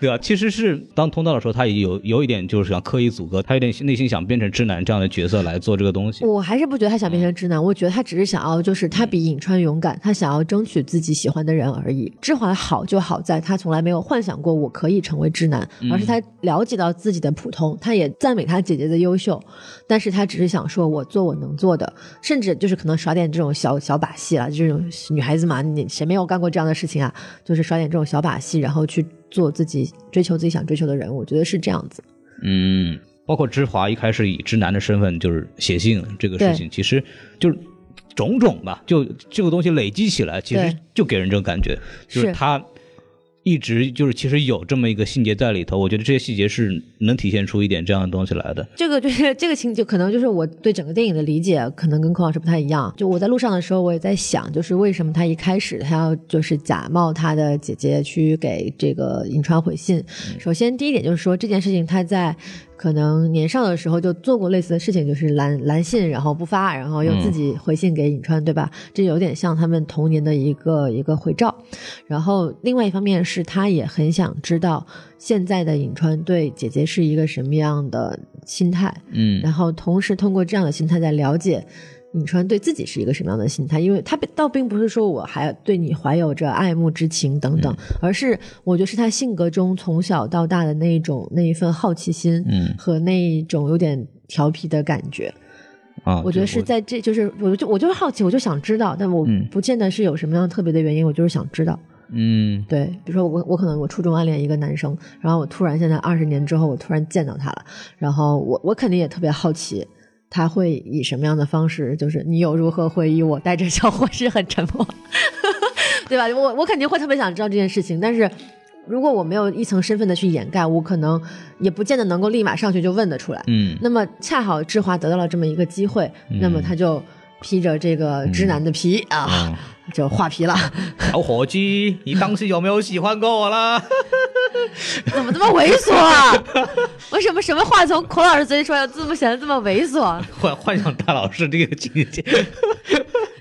B: 对吧？其实是当通道的时候，他也有有一点就是想刻意阻隔，他有点内心想变成直男这样的角色来做这个东西。
A: 我还是不觉得他想变成直男，我觉得他只是想要，就是他比颍川勇敢，他想要争取自己喜欢的人而已。志华好就好在他从来没有幻想过我可以成为直男，而是他了解到自己的普通，他也赞美他姐姐的优秀，但是他只是想说我做我能做的，甚至就是可能耍点这种小小把戏啦，这种女孩子嘛，你谁没有干过这样的事情啊？就是耍点这种小把戏，然后去做自己追求自己想追求的人，我觉得是这样子。
B: 嗯，包括芝华一开始以直男的身份就是写信这个事情，其实就是种种吧，就这个东西累积起来，其实
A: 对
B: 就给人这种感觉，就是
A: 是
B: 他一直就是其实有这么一个细节在里头，我觉得这些细节是能体现出一点这样的东西来的。
A: 这个就是这个情节，可能就是我对整个电影的理解，可能跟孔老师不太一样。就我在路上的时候，我也在想，就是为什么他一开始他要就是假冒他的姐姐去给这个银川回信。首先，第一点就是说这件事情他在可能年少的时候就做过类似的事情，就是拦拦信，然后不发，然后又自己回信给尹川，对吧？这有点像他们童年的一个一个回照。然后另外一方面是，他也很想知道现在的尹川对姐姐是一个什么样的心态，
B: 嗯
A: 然后同时通过这样的心态在了解。尹川对自己是一个什么样的心态？因为他并倒并不是说我还对你怀有着爱慕之情等等，
B: 嗯
A: 而是我觉得是他性格中从小到大的那一种那一份好奇心，
B: 嗯
A: 和那一种有点调皮的感觉。
B: 啊，
A: 我觉得
B: 就是
A: 在这，就是我就我就是好奇，我就想知道，但我
B: 嗯
A: 不见得是有什么样特别的原因，我就是想知道。
B: 嗯
A: 对，比如说我我可能我初中暗恋一个男生，然后我突然现在二十年之后，我突然见到他了，然后我我肯定也特别好奇。他会以什么样的方式？就是你有如何回忆我？带着笑或是很沉默， 对吧？我我肯定会特别想知道这件事情，但是如果我没有一层身份的去掩盖，我可能也不见得能够立马上去就问得出来。
B: 嗯
A: 那么恰好志华得到了这么一个机会，那么他就披着这个直男的皮、啊，就画皮了。
B: 小伙计，你当时有没有喜欢过我啦？
A: 怎么这么猥琐、啊？ 为什么什么话从孔老师嘴里出来，这么显得这么猥琐？
B: 幻幻想大老师这个情节，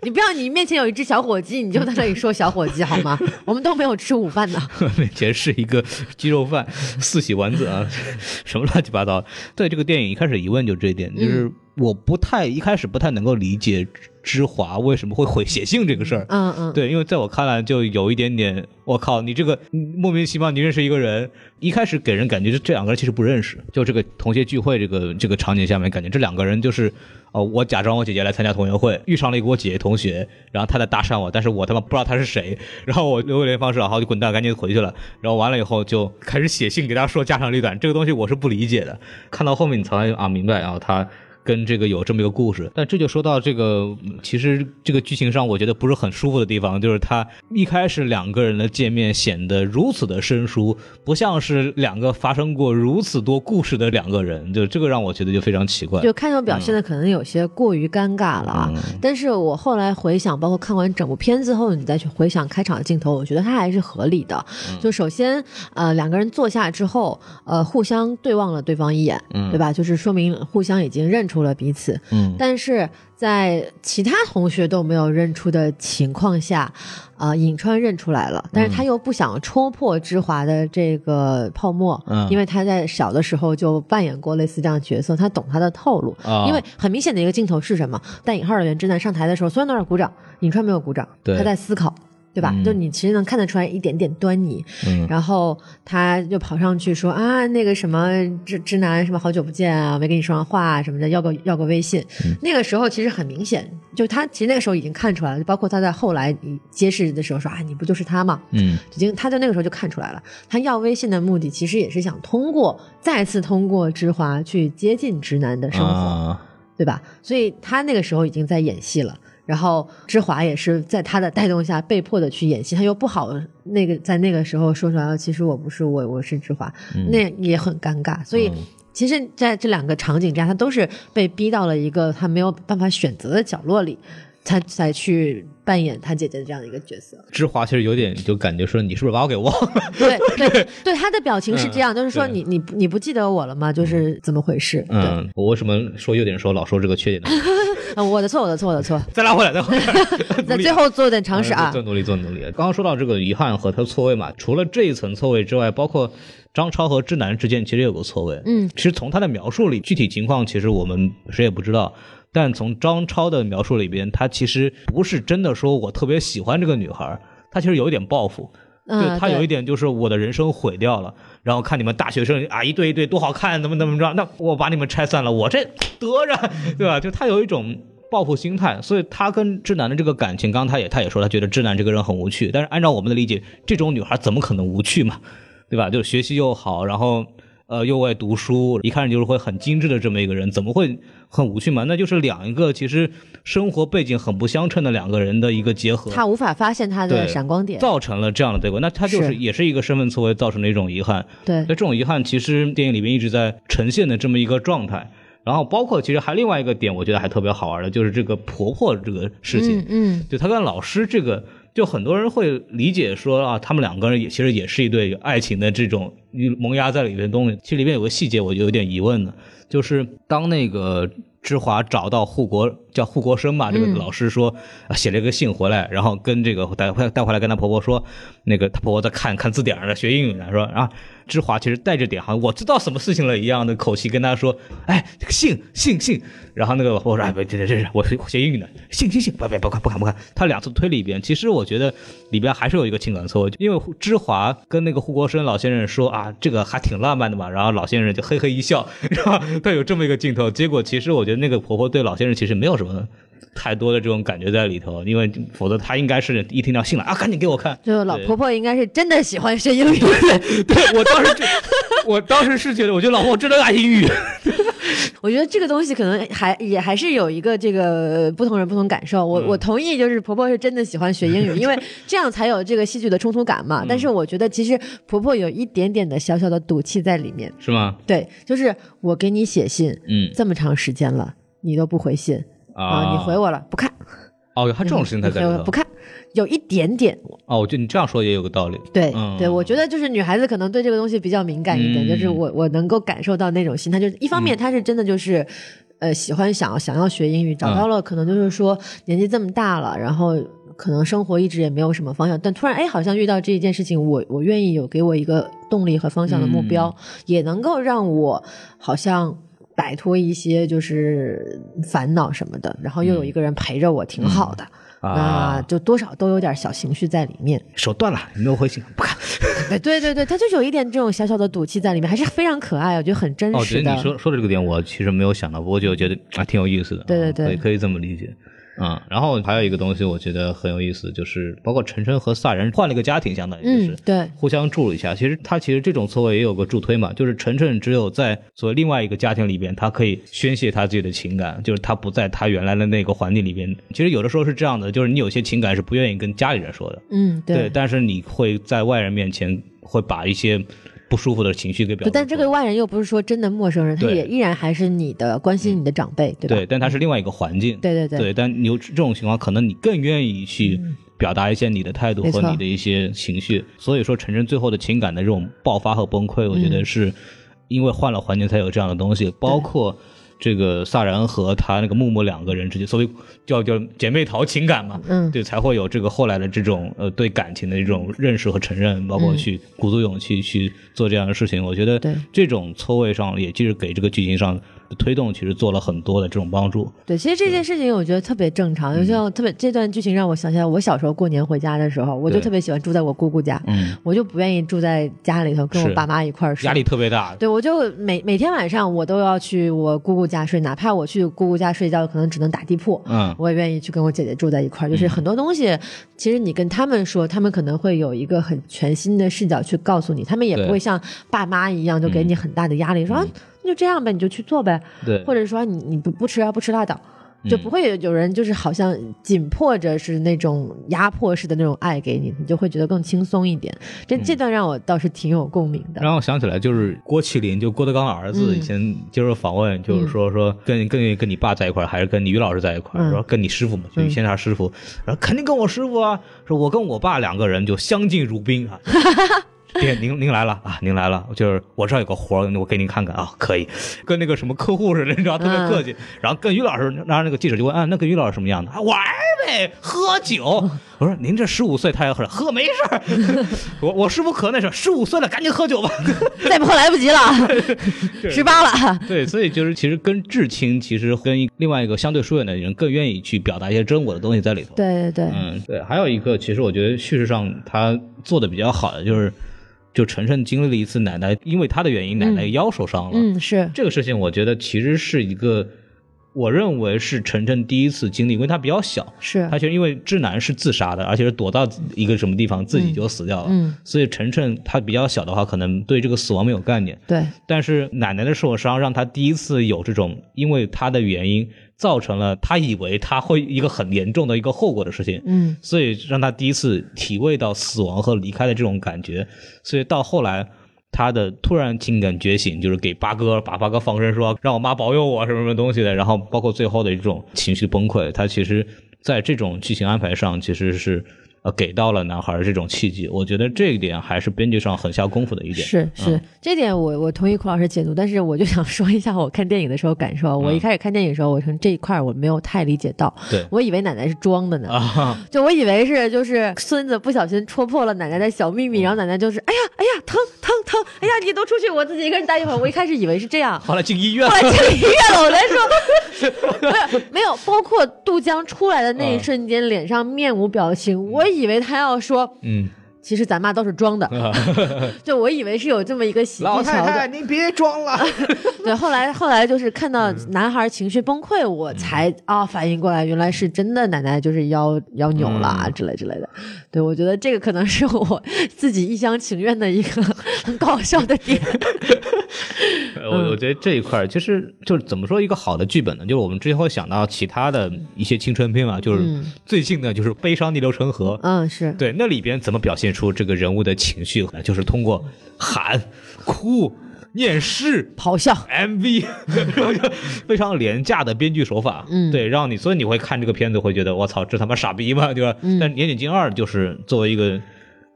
A: 你不要你面前有一只小火鸡，你就在那里说小火鸡好 吗？我们都没有吃午饭呢。
B: 面前是一个鸡肉饭、四喜丸子啊， 什么乱七八糟。对这个电影一开始疑问就这一点，就是我不太一开始不太能够理解之华为什么会毁写信这个事儿。
A: 嗯嗯，
B: 对，因为在我看来，就有一点点，我靠，你这个嗯莫名其妙，你认识一个人，一开始给人感觉就这两个人其实不认识，就这个同学聚会这个这个场景下面，感觉这两个人就是，哦、我假装我姐姐来参加同学会，遇上了一个我姐姐同学，然后她在搭讪我，但是我他妈不知道她是谁，然后我留个联系方式，然后就滚蛋，赶紧回去了，然后完了以后就开始写信给她说家长里短，这个东西我是不理解的，看到后面你才啊明白，然后他。跟这个有这么一个故事，但这就说到这个，嗯其实这个剧情上我觉得不是很舒服的地方，就是他一开始两个人的见面显得如此的生疏，不像是两个发生过如此多故事的两个人，就这个让我觉得就非常奇怪。
A: 就看这种表现的可能有些过于尴尬了啊。但是我后来回想，包括看完整部片子后，你再去回想开场的镜头，我觉得它还是合理的。就首先，呃，两个人坐下之后，呃，互相对望了对方一眼，对吧？就是说明互相已经认出了彼此。
B: 嗯
A: 但是在其他同学都没有认出的情况下，呃，尹川认出来了，但
B: 嗯
A: 是他又不想冲破之华的这个泡沫，
B: 嗯
A: 因为他在小的时候就扮演过类似这样的角色，他懂他的套路。
B: 啊，
A: 因为很明显的一个镜头是什么？带引号的袁之南上台的时候，所有人都在鼓掌，尹川没有鼓掌，
B: 对
A: 他在思考，对吧？
B: 嗯
A: 就你其实能看得出来一点点端倪。
B: 嗯
A: 然后他就跑上去说啊，那个什么直直男什么好久不见啊，没跟你说上话啊什么的，要个要个微信。
B: 嗯
A: 那个时候其实很明显，就他其实那个时候已经看出来了，就包括他在后来揭示的时候说啊，你不就是他吗？
B: 嗯
A: 已经，他就那个时候就看出来了，他要微信的目的其实也是想通过再次通过之华去接近直男的生活，
B: 啊，
A: 对吧？所以他那个时候已经在演戏了。然后之华也是在他的带动下被迫的去演戏，他又不好那个在那个时候说出来，啊其实我不是我，我是之华，
B: 嗯
A: 那也很尴尬。所以其实在这两个场景之下，他都是被逼到了一个他没有办法选择的角落里，他才去扮演他姐姐这样一个角色。
B: 之华其实有点就感觉说你是不是把我给忘了？
A: 对 对对，他的表情是这样，就是说
B: 嗯对
A: 你你不你不记得我了吗？就是怎么回事？对，
B: 嗯，我为什么说优点的时候老说这个缺点呢？
A: 呃我的错，我的错，我的错。
B: 再拉回来，再 拉回来
A: 那最后做点尝试啊
B: 做，嗯努力，做努力。刚刚说到这个遗憾和他错位嘛，除了这一层错位之外，包括张超和志南之间其实也有个错位。
A: 嗯，
B: 其实从他的描述里，具体情况其实我们谁也不知道。但从张超的描述里边，他其实不是真的说我特别喜欢这个女孩，他其实有一点报复。
A: 嗯，
B: 他有一
A: 对，
B: 点就是我的人生毁掉了，然后看你们大学生啊一对一对多好看，怎么怎么着，那我把你们拆散了，我这得着， 对吧？就他有一种。报复心态，所以他跟志南的这个感情，刚刚他也他也说，他觉得志南这个人很无趣。但是按照我们的理解，这种女孩怎么可能无趣嘛，对吧？就是学习又好，然后呃又爱读书，一看就是会很精致的这么一个人，怎么会很无趣嘛？那就是两个其实生活背景很不相称的两个人的一个结合。
A: 他无法发现他的
B: 对
A: 闪光点。
B: 造成了这样的结果，那他就是
A: 是
B: 也是一个身份错位造成的一种遗憾。
A: 对
B: 那，这种遗憾其实电影里面一直在呈现的这么一个状态。然后包括其实还另外一个点，我觉得还特别好玩的，就是这个婆婆这个事情。
A: 嗯嗯，
B: 就他跟老师这个，就很多人会理解说啊，他们两个人也其实也是一对爱情的这种萌芽在里面的东西。其实里面有个细节，我就有点疑问的，就是当那个之华找到护国叫护国生吧，这个老师说、啊写了一个信回来，然后跟这个带回带回来跟他婆婆说，那个他婆婆在看看字典儿呢，学英语呢，说啊。之华其实带着点好像我知道什么事情了一样的口气跟他说：“哎，这个信信信。”然后那个老婆说：“哎，不，这这这，我学我学英语呢，信信信，不不不看不看不看。”他两次推理一遍，其实我觉得里边还是有一个情感错位，因为之华跟那个护国生老先生说啊，这个还挺浪漫的嘛，然后老先生就嘿嘿一笑，然后他有这么一个镜头，结果其实我觉得那个婆婆对老先生其实没有什么。太多的这种感觉在里头，因为否则他应该是一听到信了啊，赶紧给我看，
A: 就老
B: 对
A: 婆婆应该是真的喜欢学英 语，
B: 对我当时就，我当时是觉得，我觉得老婆真的爱英语。
A: 我觉得这个东西可能还也还是有一个这个呃不同人不同感受。我、
B: 嗯
A: 我同意，就是婆婆是真的喜欢学英语，因为这样才有这个戏剧的冲突感嘛。但是我觉得其实婆婆有一点点的小小的赌气在里面。
B: 是吗？
A: 对，就是我给你写信
B: 嗯
A: 这么长时间了，你都不回信啊、你回我了，不看，
B: 哦，还这种事情才
A: 你回
B: 在
A: 我
B: 里
A: 不
B: 头。
A: 看，有一点点
B: 哦，我觉得你这样说也有个道理。
A: 对、
B: 嗯
A: 对，我觉得就是女孩子可能对这个东西比较敏感一点，
B: 嗯
A: 就是我我能够感受到那种心态，就是一方面她是真的就是。呃，喜欢想要想要学英语，找到了可能就是说年纪这么大了，然后可能生活一直也没有什么方向，但突然哎，好像遇到这一件事情，我我
B: 嗯
A: 愿意有给我一个动力和方向的目标，也能够让我好像摆脱一些就是烦恼什么的，然后又有一个人陪着我，挺好的。那
B: 嗯啊，
A: 就多少都有点小情绪在里面，
B: 手断了，没有回信，不看。
A: 对对对对，他就有一点这种小小的赌气在里面，还是非常可爱，我觉得很真
B: 哦，我觉
A: 实
B: 得
A: 的。
B: 你说说的这个点，我其实没有想到，不过就觉得啊挺有意思的。
A: 对对
B: 嗯
A: 对
B: 可以可以这么理解。啊、然后还有一个东西，我觉得很有意思，就是包括晨晨和萨人换了一个家庭，相当于就是、
A: 嗯，对，
B: 互相助了一下。其实他其实这种错位也有个助推嘛，就是晨晨只有在所谓另外一个家庭里边，他可以宣泄他自己的情感，就是他不在他原来的那个环境里边。其实有的时候是这样的，就是你有些情感是不愿意跟家里人说的，
A: 嗯对。
B: 但是你会在外人面前会把一些不舒服的情绪给表
A: 对
B: 露出来。
A: 但这个外人又不是说真的陌生人，他
B: 对嗯
A: 也依然还是你的关心你的长辈，对吧？
B: 对，但它是另外一个环境。
A: 对对对嗯
B: 但你有这种情况，可能你更愿意去表达一些你的态度
A: 没
B: 和
A: 错
B: 你的一些情绪。所以说，晨晨最后的情感的这种爆发和崩溃，我觉
A: 嗯
B: 得是因为换了环境才有这样的东西，包括。这个萨然和他那个木木两个人之间，所以叫叫姐妹淘情感嘛，
A: 嗯
B: 对，才会有这个后来的这种呃对感情的一种认识和承认，包括
A: 嗯
B: 去鼓足勇气去做这样的事情。我觉得
A: 对
B: 这种错位上，也就是给这个剧情上的推动，其实做了很多的这种帮助。
A: 对，其实这件事情我觉得特别正
B: 嗯
A: 常，就像特别这段剧情让我想起来，我小时候过年回家的时候，我就
B: 对
A: 特别喜欢住在我姑姑家，
B: 嗯，
A: 我就不愿意住在家里头跟我
B: 是
A: 爸妈一块儿睡
B: 压。力特别大。
A: 对，我就每每天晚上我都要去我姑姑家睡，哪怕我去姑姑家睡觉，可能只能打地铺，
B: 嗯
A: 我也愿意去跟我姐姐住在一块儿。就是很多东西，其实你跟他们说，他们可能会有一个很全新的视角去告诉你，他们也
B: 对
A: 不会像爸妈一样就给你很大的压力，说、啊、那就这样呗，你就去做呗，
B: 嗯对嗯
A: 或者说你你不不吃啊，不吃拉倒。就不会有有人就是好像紧迫着是那种压迫式的那种爱给你，你就会觉得更轻松一点。这
B: 嗯
A: 这段让我倒是挺有共鸣的。
B: 让我想起来，就是郭麒麟，就郭德纲的儿子，
A: 嗯
B: 以前接受访问，就是说说跟更愿意跟你爸在一块儿，还是跟你于老师在一块儿？
A: 嗯
B: 说跟你师傅嘛，就以前他师傅，然后肯定跟我师傅啊。说我跟我爸两个人就相敬如宾啊。爹，您您来了啊，您来了，就是我这儿有个活儿，我给您看看啊，可以，跟那个什么客户似的，你知道，特别
A: 嗯
B: 客气。然后跟于老师，然后那个记者就问啊，那跟于老师什么样的？啊，玩儿呗，喝酒。我说您这十五岁，他要喝，喝没事儿。我我师傅可那是十五岁了，赶紧喝酒吧。
A: 再不喝来不及了， 十八了。
B: 对，所以就是其实跟至亲，其实跟一另外一个相对疏远的人，更愿意去表达一些真我的东西在里头。，
A: 对对对，
B: 嗯，对。还有一个，其实我觉得叙事上他做的比较好的就是，就晨晨经历了一次奶奶因为他的原因，奶奶腰受伤了。
A: 嗯是，
B: 这个事情我觉得其实是一个，我认为是晨晨第一次经历，因为他比较小，
A: 是
B: 他其实因为志南是自杀的，而且是躲到一个什么地方自己就死掉了，
A: 嗯
B: 所以晨晨他比较小的话，可能对这个死亡没有概念。
A: 对
B: 但是奶奶的受伤让他第一次有这种，因为他的原因造成了他以为他会一个很严重的一个后果的事情，
A: 嗯，
B: 所以让他第一次体味到死亡和离开的这种感觉，所以到后来。他的突然情感觉醒，就是给八哥把八哥放生说让我妈保佑我什么什么东西的，然后包括最后的一种情绪崩溃，他其实在这种剧情安排上其实是呃给到了男孩这种契机，我觉得这一点还是编剧上很下功夫的一点。
A: 是是，
B: 嗯
A: 这点我我同意孔老师解读，但是我就想说一下我看电影的时候感受。啊我一开始看电影的时候，我从这一块儿我没有太理解到，
B: 嗯对
A: 我以为奶奶是装的呢，
B: 啊，
A: 就我以为是就是孙子不小心戳破了奶奶的小秘
B: 嗯
A: 密，然后奶奶就是哎呀哎呀疼疼疼，哎呀你都出去，我自己一个人待一会儿。我一开始以为是这 样，
B: 后来进医院
A: 后
B: 了
A: 来。进医院了，我连说不是没有，包括杜江出来的那
B: 嗯
A: 一瞬间，脸上面无表情，我以为他要说，
B: 嗯，
A: 其实咱妈都是装的，
B: 啊
A: 就我以为是有这么一个喜剧桥段。
B: 您别装了。
A: 对，后来后来就是看到男孩情绪崩溃，我才
B: 嗯
A: 啊反应过来，原来是真的奶奶就是腰腰扭了
B: 嗯
A: 啊之类之类的。对，我觉得这个可能是我自己一厢情愿的一个很搞笑的 点。
B: 我我觉得这一块儿其实就是怎么说一个好的剧本呢？就是我们之前会想到其他的一些青春片嘛，就是最近的就是《悲伤逆流成河》。
A: 嗯，是
B: 对，那里边怎么表现出这个人物的情绪？就是通过喊、哭、念诗、
A: 咆哮。
B: MV，然后就 非常廉价的编剧手法，
A: 嗯
B: 对，让你所以你会看这个片子会觉得我操，这他妈傻逼嘛，
A: 嗯
B: 对吧？但是《岩井俊二就是作为一个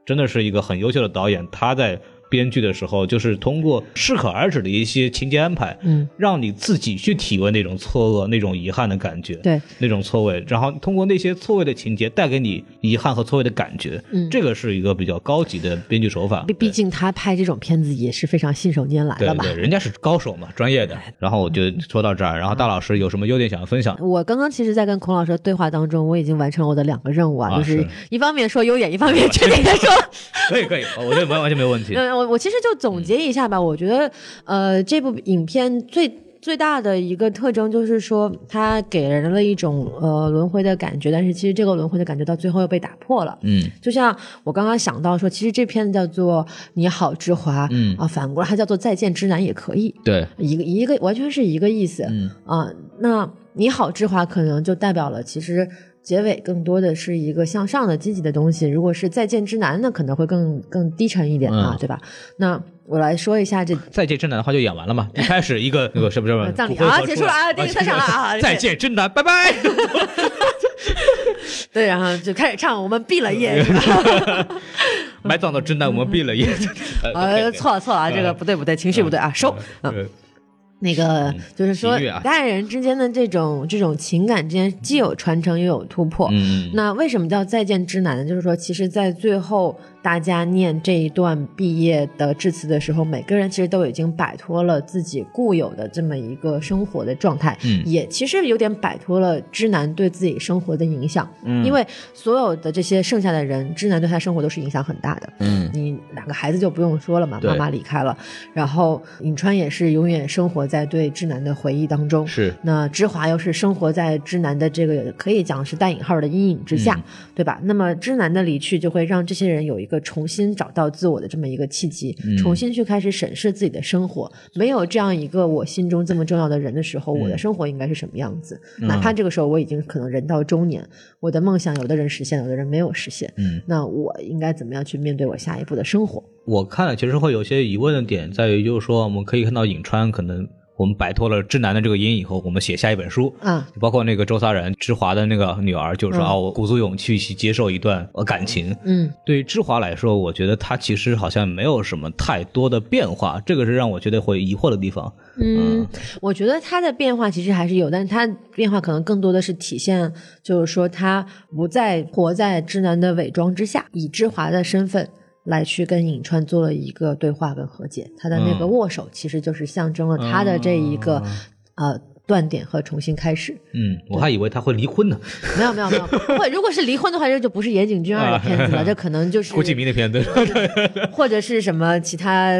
B: 真的是一个很优秀的导演，他在编剧的时候，就是通过适可而止的一些情节安排，
A: 嗯，
B: 让你自己去体会那种错愕、那种遗憾的感觉，
A: 对，
B: 那种错位，然后通过那些错位的情节带给你遗憾和错位的感觉，
A: 嗯
B: 这个是一个比较高级的编剧手法。
A: 毕毕竟他拍这种片子也是非常信手拈来
B: 对
A: 了
B: 对
A: 吧？哎嗯
B: 对，人家是高手嘛，专业的。然后我就说到这儿，然后大老师有什么优点想要分享？
A: 我刚刚其实，在跟孔老师的对话当中，我已经完成了我的两个任务啊，
B: 啊
A: 就是一方面说优点，一方面 缺点说。
B: 可以可以，我觉得完完全没有问题。
A: 嗯，我我其实就总结一下吧，我觉得呃，这部影片最。最大的一个特征就是说，它给人了一种呃轮回的感觉，但是其实这个轮回的感觉到最后又被打破了。
B: 嗯，
A: 就像我刚刚想到说，其实这片子叫做《你好，之华》，
B: 嗯
A: 啊，反过来它叫做《再见之南》也可以，
B: 对，
A: 一个一个完全是一个意思。
B: 嗯
A: 啊，那你好，之华可能就代表了其实。结尾更多的是一个向上的、积极的东西。如果是再见之南，那可能会更更低沉一点啊，
B: 嗯
A: 对吧？那我来说一 下这
B: 再见真男的话就演完了嘛，一开始一个那个什么什么
A: 葬礼啊结束了啊这个散场了啊
B: 再见真男，拜拜。
A: 对，然后就开始唱我们闭了 夜，是吧
B: 埋葬的真男，我们闭了眼。
A: 呃，错了错了啊，
B: 嗯
A: 这个不对不对，情绪不对啊，收啊。
B: 对。
A: 那个就是说
B: 音乐啊，
A: 代人之间的这种这种情感之间，既有传承又有突破。
B: 嗯，
A: 那为什么叫再见之难呢？就是说，其实，在最后大家念这一段毕业的致辞的时候，每个人其实都已经摆脱了自己固有的这么一个生活的状态，
B: 嗯
A: 也其实有点摆脱了之南对自己生活的影响，因为所有的这些剩下的人，之南对他生活都是影响很大的。
B: 嗯
A: 你两个孩子就不用说了嘛，
B: 对
A: 妈妈离开了，然后尹川也是永远生活在对之南的回忆当中，
B: 是
A: 那之华又是生活在之南的这个可以讲是带引号的阴影之下，
B: 嗯
A: 对吧？那么之南的离去就会让这些人有一个重新找到自我的这么一个契机，
B: 嗯
A: 重新去开始审视自己的生活。没有这样一个我心中这么重要的人的时候，我
B: 嗯
A: 的生活应该是什么样子？哪怕这个时候我已经可能人到中年，我的梦想有的人实现，有的人没有实现，
B: 嗯，
A: 那我应该怎么样去面对我下一步的生活？
B: 我看了其实会有些疑问的点在于，就是说我们可以看到颍川可能我们摆脱了之南的这个阴影以后，我们写下一本书。
A: 啊、
B: 包括那个周撒然之华的那个女儿，就是说
A: 嗯
B: 啊，我鼓足勇气去接受一段呃感情。
A: 嗯，
B: 对于之华来说，我觉得他其实好像没有什么太多的变化，这个是让我觉得会疑惑的地方。
A: 嗯，我觉得它的变化其实还是有，但是它变化可能更多的是体现，就是说他不再活在直男的伪装之下，以之华的身份来去跟颍川做了一个对话跟和解。他的那个
B: 嗯
A: 握手其实就是象征了他的这一个、呃断点和重新开始。
B: 嗯，我还以为他会 离婚呢，
A: 没有没有没有，不会，如果是离婚的话，这就不是岩井俊二的片子了，这可能 就是
B: 郭敬明那篇对吧？
A: 或者是什么其他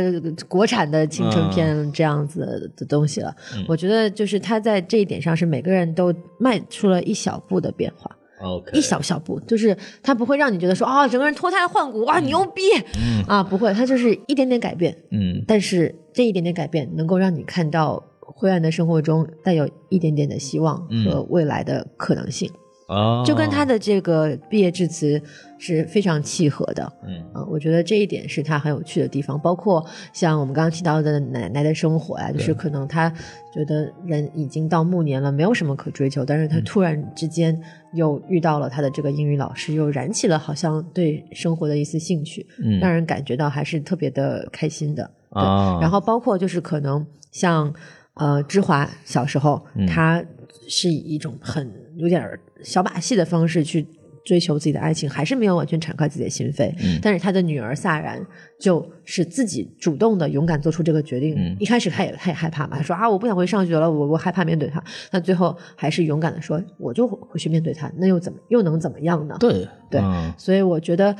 A: 国产的青春片这样子的东西了。我觉得就是他在这一点上是每个人都迈出了一小步的变化。
B: OK，
A: 一小小步，就是他不会让你觉得说啊、整个人脱胎换骨，哇，牛逼、啊，不会，他就是一点点改变，
B: 嗯
A: 但是这一点点改变能够让你看到灰暗的生活中带有一点点的希望和未来的可能性，
B: 啊，
A: 就跟他的这个毕业致辞是非常契合的。
B: 嗯
A: 嗯，我觉得这一点是他很有趣的地方，包括像我们刚刚提到的奶奶的生活呀、就是可能他觉得人已经到暮年了，没有什么可追求，但是
B: 嗯
A: 他突然之间又遇到了他的这个英语老师，又燃起了好像对生活的一丝兴趣，
B: 嗯
A: 让人感觉到还是特别的开心的。对
B: 啊，
A: 然后包括就是可能像呃芝华小时候，
B: 嗯
A: 他是以一种很有点儿小把戏的方式去追求自己的爱情，还是没有完全敞开自己的心扉。
B: 嗯
A: 但是他的女儿萨然就是自己主动的勇敢做出这个决定。
B: 嗯
A: 一开始他也他也害怕嘛，他说啊我不想回去上学了，我我害怕面对他。那最后还是勇敢的说我就回去面对他，那又怎么又能怎么样呢？
B: 对
A: 对
B: 嗯
A: 所以我觉得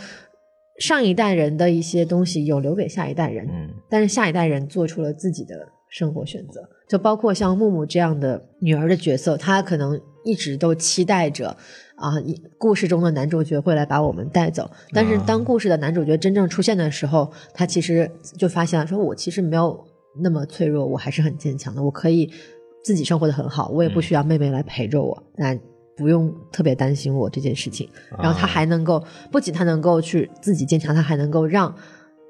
A: 上一代人的一些东西有留给下一代人，
B: 嗯
A: 但是下一代人做出了自己的生活选择，就包括像木木这样的女儿的角色，她可能一直都期待着啊，一故事中的男主角会来把我们带走。但是当故事的男主角真正出现的时候，他其实就发现了，说我其实没有那么脆弱，我还是很坚强的，我可以自己生活的很好，我也不需要妹妹来陪着我。那、不用特别担心我这件事情，然
B: 啊
A: 后他还能够，不仅他能够去自己坚强，他还能够让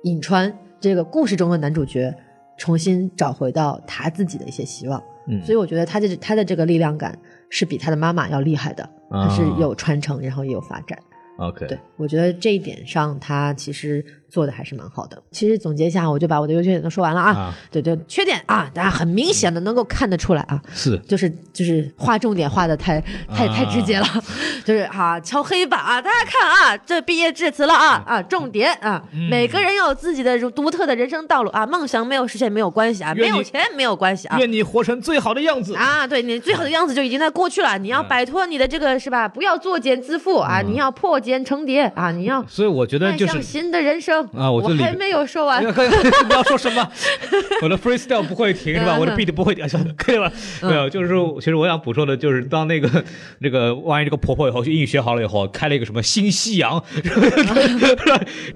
A: 颍川这个故事中的男主角重新找回到他自己的一些希望。
B: 嗯
A: 所以我觉得他这他的这个力量感是比他的妈妈要厉害的，他
B: 啊
A: 是有传承，然后也有发展。
B: OK
A: 对我觉得这一点上，他其实做的还是蛮好的。其实总结一下，我就把我的优缺点都说完了啊。
B: 啊，
A: 对对，缺点啊，大家很明显的能够看得出来啊，
B: 是
A: 就是就是划重点划的太
B: 啊
A: 太太直接了，就是啊敲黑板啊，大家看啊，这毕业致辞了啊啊，重点啊，
B: 嗯
A: 每个人有自己的独特的人生道路啊，梦想没有实现没有关系啊，
B: 愿
A: 没
B: 你
A: 有钱没有关系啊。
B: 愿你活成最好的样子。
A: 啊，对你最好的样子就已经在过去了。你
B: 嗯
A: 要摆脱你的这个是吧？不要作茧自缚啊！你要破茧成蝶啊！你要
B: 所以我觉得
A: 迈
B: 嗯就
A: 向
B: 是
A: 新的人生
B: 啊我
A: 我
B: 这里
A: 还没有说完
B: 你。看你要说什么？我的 freestyle 不会停是吧？
A: 嗯
B: 我的 beat 不会停，可以吧？没有，就是说，其实我想补充的就是，当那个 这个万一这个婆婆以后英语学好了以后，开了一个什么新夕阳，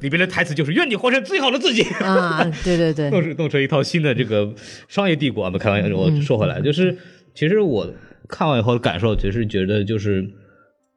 B: 里边的台词就是愿你活成最好的自己。
A: 啊，对对对，
B: 弄成弄成一套新的这个商业帝国啊！没开玩笑，我说回来，就是其实我看完以后的感受，其实觉得就是。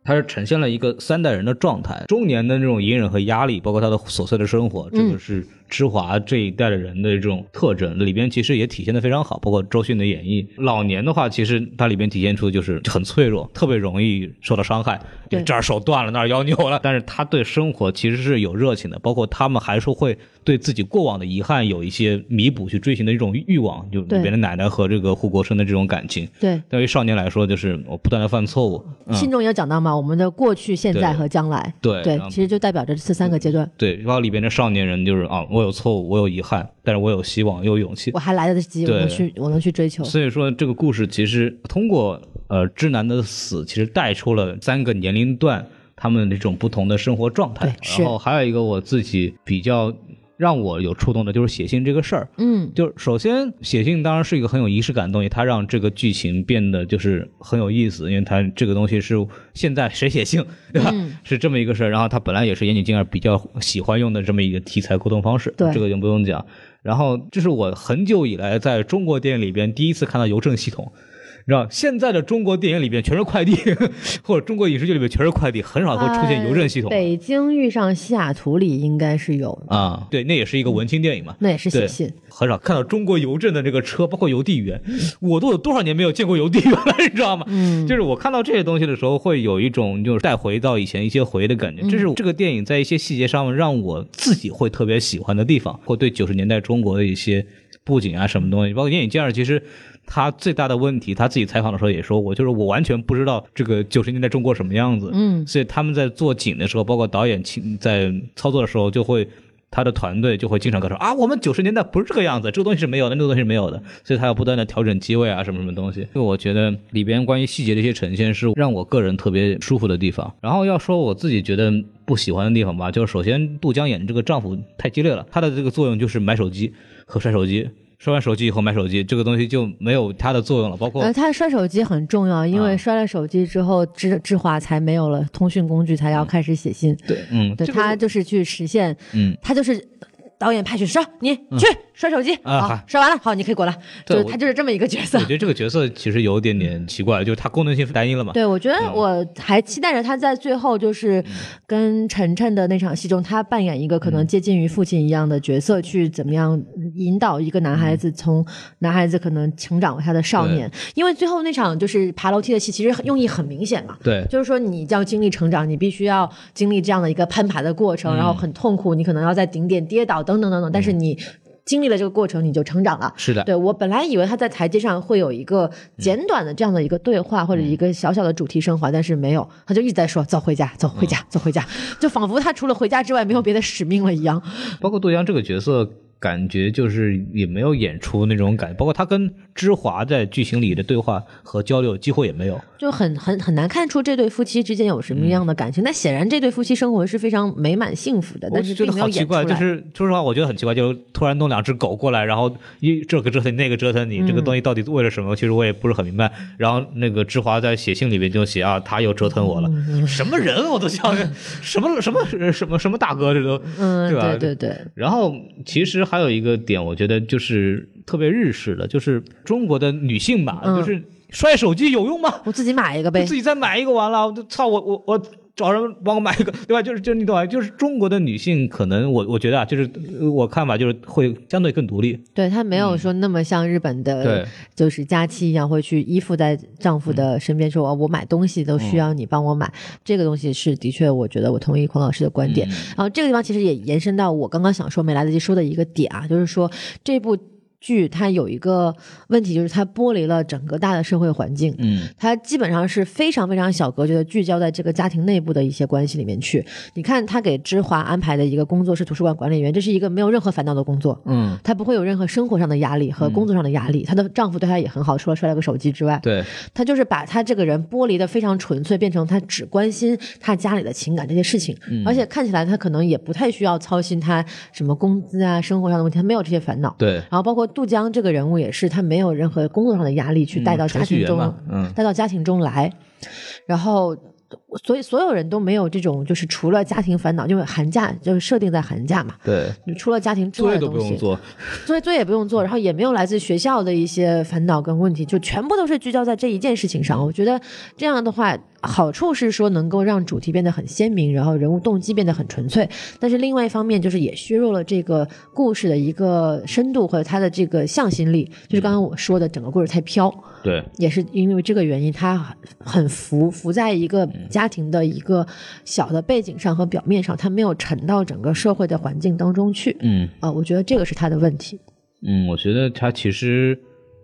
B: 它是呈现了一个三代人的状态，中年的那种隐忍和压力，包括他的琐碎的生活，
A: 嗯
B: 这个是芝华这一代的人的这种特征，里边其实也体现的非常好，包括周迅的演绎。老年的话，其实它里边体现出就是很脆弱，特别容易受到伤害，
A: 对
B: 这儿手断了，那儿腰扭 了，但是他对生活其实是有热情的，包括他们还是会对自己过往的遗憾有一些弥补、去追寻的一种欲望，就
A: 对
B: 里边的奶奶和这个护国生的这种感情。
A: 对，
B: 对于少年来说，就是我不断的犯错误，
A: 信
B: 嗯，
A: 中有讲到嘛，我们的过去、现在
B: 对
A: 和将来，
B: 对嗯
A: 对
B: 然，后
A: 其实就代表着这三个阶段。
B: 对，包括里边的少年人就是啊，我有错误，我有遗憾，但是我有希望，又有勇气
A: 我。还来得及，我
B: 对
A: 能去，我能去追求。
B: 所以说，这个故事其实通过呃知南的死，其实带出了三个年龄段他们那种不同的生活状态
A: 对。是
B: 然后还有一个我自己比较让我有触动的，就是写信这个事儿。
A: 嗯，
B: 就是首先写信当然是一个很有仪式感的东西，它让这个剧情变得就是很有意思，因为它这个东西是现在谁写信，对吧？是这么一个事儿。然后它本来也是岩井俊二比较喜欢用的这么一个题材沟通方式，
A: 对
B: 这个就不用讲。然后这是我很久以来在中国电影里边第一次看到邮政系统。你知道现在的中国电影里边全是快递， 或者中国影视剧里面全是快递，很少会出现邮政系统
A: 呃北京遇上西雅图里应该是有，
B: 啊、对，那也是一个文青电影嘛。
A: 那也是写
B: 对
A: 信。
B: 很少看到中国邮政的这个车，包括邮递员，我都有多少年没有见过邮递员了，你 知道吗？
A: 嗯，
B: 就是我看到这些东西的时候，会有一种就是带回到以前一些回忆的感觉。这是这个电影在一些细节上让我自己会特别喜欢的地方，或对九十年代中国的一些布景啊什么东西，包括电影健二，其实他最大的问题，他自己采访的时候也说过，就是我完全不知道这个九十年代中国什么样子。
A: 嗯
B: 所以他们在做景的时候，包括导演亲在操作的时候，就会他的团队就会经常跟他说啊，我们九十年代不是这个样子，这个东西是没有的，那个东西是没有的，所以他要不断的调整机位啊，什么什么东西。因为我觉得里边关于细节的一些呈现是让我个人特别舒服的地方。然后要说我自己觉得不喜欢的地方吧，就是首先杜江演的这个丈夫太激烈了，他的这个作用就是买手机和摔手机。摔完手机以后买手机，这个东西就没有它的作用了。包括
A: 呃，他摔手机很重要，因为
B: 啊
A: 摔了手机之后，智智华才没有了通讯工具，才要开始写信。
B: 对，嗯，
A: 对
B: 这个
A: 他就是去实现，
B: 嗯，
A: 他就是导演派去说你去摔手机，
B: 啊
A: 好
B: 嗨，
A: 摔完了，好，你可以过来。
B: 对
A: 就是
B: 我
A: 他就是这么一个角色
B: 我。觉得这个角色其实有一点点奇怪，就是它功能性单一了 嘛。
A: 对，我觉得
B: 嗯
A: 我还期待着他在最后就是跟晨晨的那场戏中，他扮演一个可能接近于父亲一样的角色，去怎么样引导一个男孩子从男孩子可能成长为他的少年。因为最后那场就是爬楼梯的戏，其实很用意很明显嘛。
B: 对
A: 就是说你要经历成长，你必须要经历这样的一个攀爬的过程，然后很痛苦，你可能要在顶点跌倒等等等等，但是你。经历了这个过程，你就成长了。
B: 是的嗯
A: 对我本来以为他在台阶上会有一个简短的这样的一个对话，或者一个小小的主题升华，但是没有，他就一直在说“走回家，走回家，
B: 嗯
A: 走 回家”，就仿佛他除了回家之外没有别的使命了一样。
B: 包括杜江这个角色，感觉就是也没有演出那种感觉，包括他跟芝华在剧情里的对话和交流几乎也没有。
A: 就很很很难看出这对夫妻之间有什么样的感情。但显然这对夫妻生活是非常美满幸福的，
B: 嗯我
A: 但
B: 就是觉
A: 并
B: 得
A: 没有
B: 好奇
A: 演出来。
B: 怪，就是说实话，我觉得很奇怪，就是突然弄两只狗过来，然后一这个折腾你那个折腾你，这个东西到底为了什么？其实我也不是很明白。然后那个芝华在写信里面就写啊，他又折腾我了， 什么人我都想，什么什么什么什么大哥这都，
A: 嗯，
B: 对吧？
A: 对对对，
B: 然后其实还有一个点，我觉得就是特别日式的，就是中国的女性吧，
A: 嗯
B: 就是摔手机有用吗？
A: 我自己买一个呗
B: 自。己再买一个完了，我就操我我我。找人帮我买一个，对吧？就是就是你懂吧？就是中国的女性，可能我我觉得啊，就是呃我看法就是会相对更独立，
A: 对她没有说那么像日本的，
B: 嗯对
A: 就是佳期一样会去依附在丈夫的身边说，哦我买东西都需要你帮我买。这个东西是的确，我觉得我同意孔老师的观点。然后这个地方其实也延伸到我刚刚想说没来得及说的一个点啊，就是说这部剧它有一个问题，就是它剥离了整个大的社会环境。
B: 嗯，
A: 它基本上是非常非常小格局的聚焦在这个家庭内部的一些关系里面去。你看，他给芝华安排的一个工作是图书馆管理员，这是一个没有任何烦恼的工作，
B: 嗯，
A: 她不会有任何生活上的压力和工作上的压力。她的丈夫对她也很好，除了摔了个手机之外，
B: 对，
A: 她就是把她这个人剥离的非常纯粹，变成她只关心她家里的情感这些事情，
B: 嗯
A: 而且看起来她可能也不太需要操心她什么工资啊、生活上的问题，她没有这些烦恼。
B: 对，
A: 然后包括杜江这个人物也是，他没有任何工作上的压力去带到
B: 嗯
A: 家
B: 程序
A: 庭
B: 员
A: 中，
B: 嘛，嗯，
A: 带到家庭中来，然后。所以所有人都没有这种，就是除了家庭烦恼，因为寒假就是设定在寒假嘛，
B: 对，
A: 你除了家庭之
B: 作
A: 外
B: 业
A: 的
B: 都不
A: 东
B: 用
A: 西，
B: 做，
A: 作业作业也不用做，然后也没有来自学校的一些烦恼跟问题，就全部都是聚焦在这一件事情上。我觉得这样的话，好处是说能够让主题变得很鲜明，然后人物动机变得很纯粹，但是另外一方面就是也削弱了这个故事的一个深度或者它的这个向心力，就是刚刚我说的整个故事太飘。
B: 对，
A: 也是因为这个原因，他很浮浮在一个家庭的一个小的背景上和表面上，他没有沉到整个社会的环境当中去。
B: 嗯。
A: 啊，我觉得这个是他的问题。
B: 嗯，我觉得他其实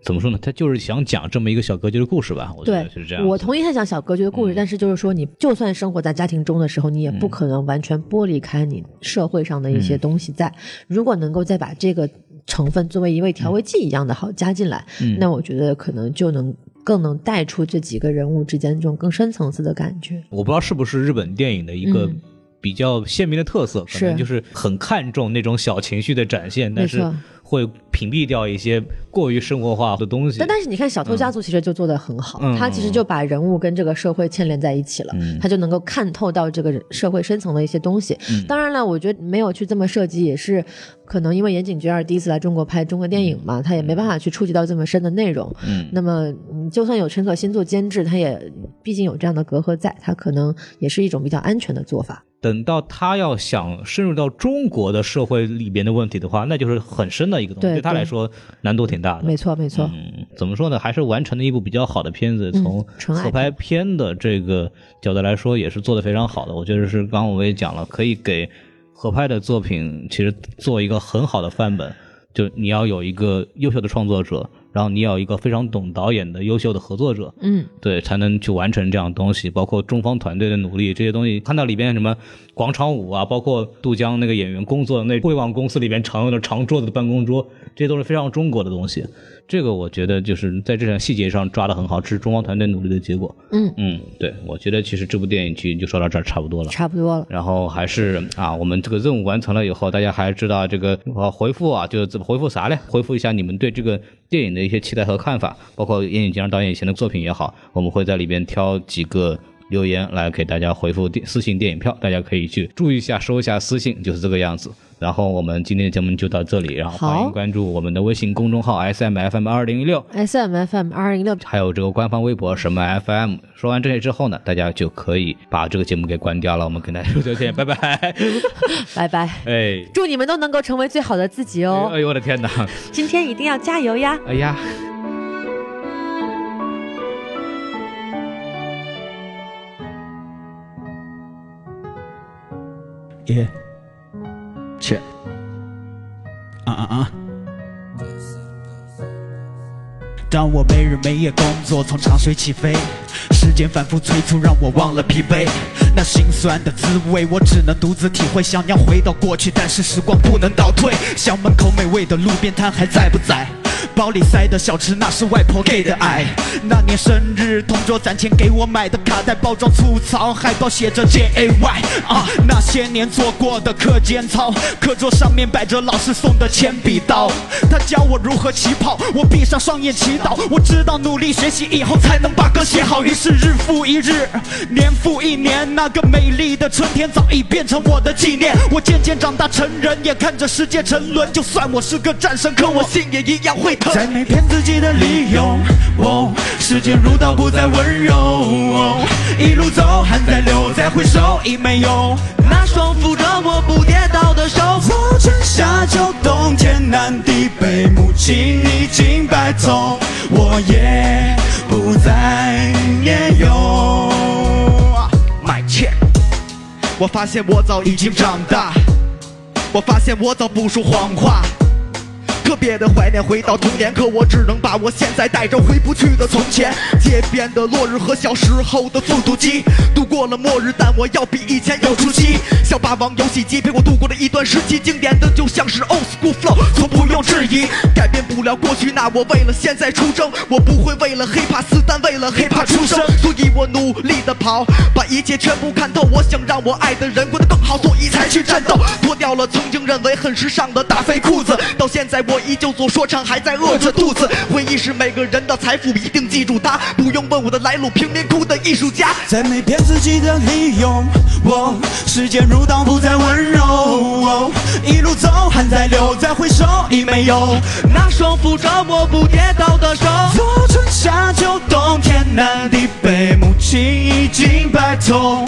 B: 怎么说呢？他就是想讲这么一个小格局的故事吧。我觉得
A: 对
B: 是这样。，嗯
A: 我同意他讲小格局的故事，但是就是说，你就算生活在家庭中的时候，你也不可能完全剥离开你社会上的一
B: 嗯
A: 些东西在。如果能够再把这个成分作为一味调
B: 嗯
A: 味剂一样的好加进来，那我觉得可能就能更能带出这几个人物之间这种更深层次的感觉。
B: 我不知道是不是日本电影的一个
A: 嗯
B: 比较鲜明的特色，可能
A: 是
B: 就是很看重那种小情绪的展现，但是
A: 错
B: 会屏蔽掉一些过于生活化的东西
A: 但。但是你看，《小偷家族》其实就做得很好，
B: 嗯
A: 他其实就把人物跟这个社会牵连在一起了，他就能够看透到这个人社会深层的一些东西。
B: 嗯
A: 当然了，我觉得没有去这么设计，也是可能因为岩井俊二第一次来中国拍中国电影嘛，他也没办法去触及到这么深的内容。
B: 嗯
A: 那么，嗯就算有陈可辛做监制，他也毕竟有这样的隔阂在，他可能也是一种比较安全的做法。
B: 等到他要想深入到中国的社会里边的问题的话，那就是很深的一个东西，
A: 对
B: 对他
A: 对
B: 来说难度挺大的。
A: 没错，没错。
B: 嗯，怎么说呢？还是完成了一部比较好的片子。从
A: 嗯纯爱
B: 合拍片的这个角度来说，也是做的非常好的。我觉得是，刚刚我也讲了，可以给合拍的作品其实做一个很好的范本。就你要有一个优秀的创作者，然后你要有一个非常懂导演的优秀的合作者，
A: 嗯，
B: 对，才能去完成这样的东西。包括中方团队的努力，这些东西看到里边什么广场舞啊，包括杜江那个演员工作的那汇旺公司里边常用的长桌子的办公桌，这些都是非常中国的东西。这个我觉得就是在这点细节上抓得很好，这是中方团队努力的结果。
A: 嗯
B: 嗯，对，我觉得其实这部电影剧就说到这儿差不多了。
A: 差不多了。
B: 然后还是啊，我们这个任务完成了以后，大家还知道这个呃回复啊，就是怎么回复啥嘞？回复一下你们对这个电影的一些期待和看法，包括岩井俊二导演以前的作品也好，我们会在里边挑几个。留言来给大家回复电私信电影票，大家可以去注意一下，收一下私信，就是这个样子。然后我们今天的节目就到这里，然后欢
A: 好
B: 迎关注我们的微信公众号 S M F M 二零一六，
A: S M F M 二零六，
B: 还有这个官方微博什么 FM。说完这些之后呢，大家就可以把这个节目给关掉了。我们跟大家说再见，拜拜。
A: 拜拜。
B: 哎，
A: 祝你们都能够成为最好的自己哦！
B: 哎呦我的天哪！
A: 今天一定要加油呀！
B: 哎呀。
D: Yeah. Check. Uh uh uh. 当我没日没夜工作，从长水起飞，时间反复催促，让我忘了疲惫。那心酸的滋味，我只能独自体会。想要回到过去，但是时光不能倒退。校门口美味的路边摊还在不在？包里塞的小吃，那是外婆给的爱。那年生日，同桌攒钱给我买的卡带，包装粗糙，海报写着 J A Y。啊，那些年做过的课间操，课桌上面摆着老师送的铅笔刀。他教我如何起跑，我闭上双眼祈祷。我知道努力学习以后才能把歌写好，于是日复一日，年复一年，那个美丽的春天早已变成我的纪念。我渐渐长大成人，也看着世界沉沦。就算我是个战神，可我心也一样会疼。再没骗自己的理由，哦，时间如刀不再温柔。一路走，汗在流，再回首已没有那双扶着我不跌倒的手。从春夏秋冬，天南地北，母亲已经白头，我也不再年幼。My check，我发现我早已经长大，我发现我早不说谎话。特别的怀念回到童年，可我只能把我现在带着回不去的从前。街边的落日和小时候的复读机，度过了末日，但我要比以前有出息。小霸王游戏机陪我度过了一段时期，经典的就像是 old school flow，从不用质疑。改变不了过去，那我为了现在出征，我不会为了 hiphop 死，但为了 hiphop 出生。所以我努力的跑，把一切全部看透。我想让我爱的人过得更好，所以才去战斗。脱掉了曾经认为很时尚的大肥裤子，到现在我依旧做说唱，还在饿着肚子。回忆是每个人的财富，一定记住它。不用问我的来路，贫民窟的艺术家。
E: 再没骗自己的理由。哦，时间如刀不再温柔。哦，一路走，汗在流，再回首已没有
D: 那双扶着我不跌倒的手。
E: 做春夏秋冬，天南地北，母亲已经白头，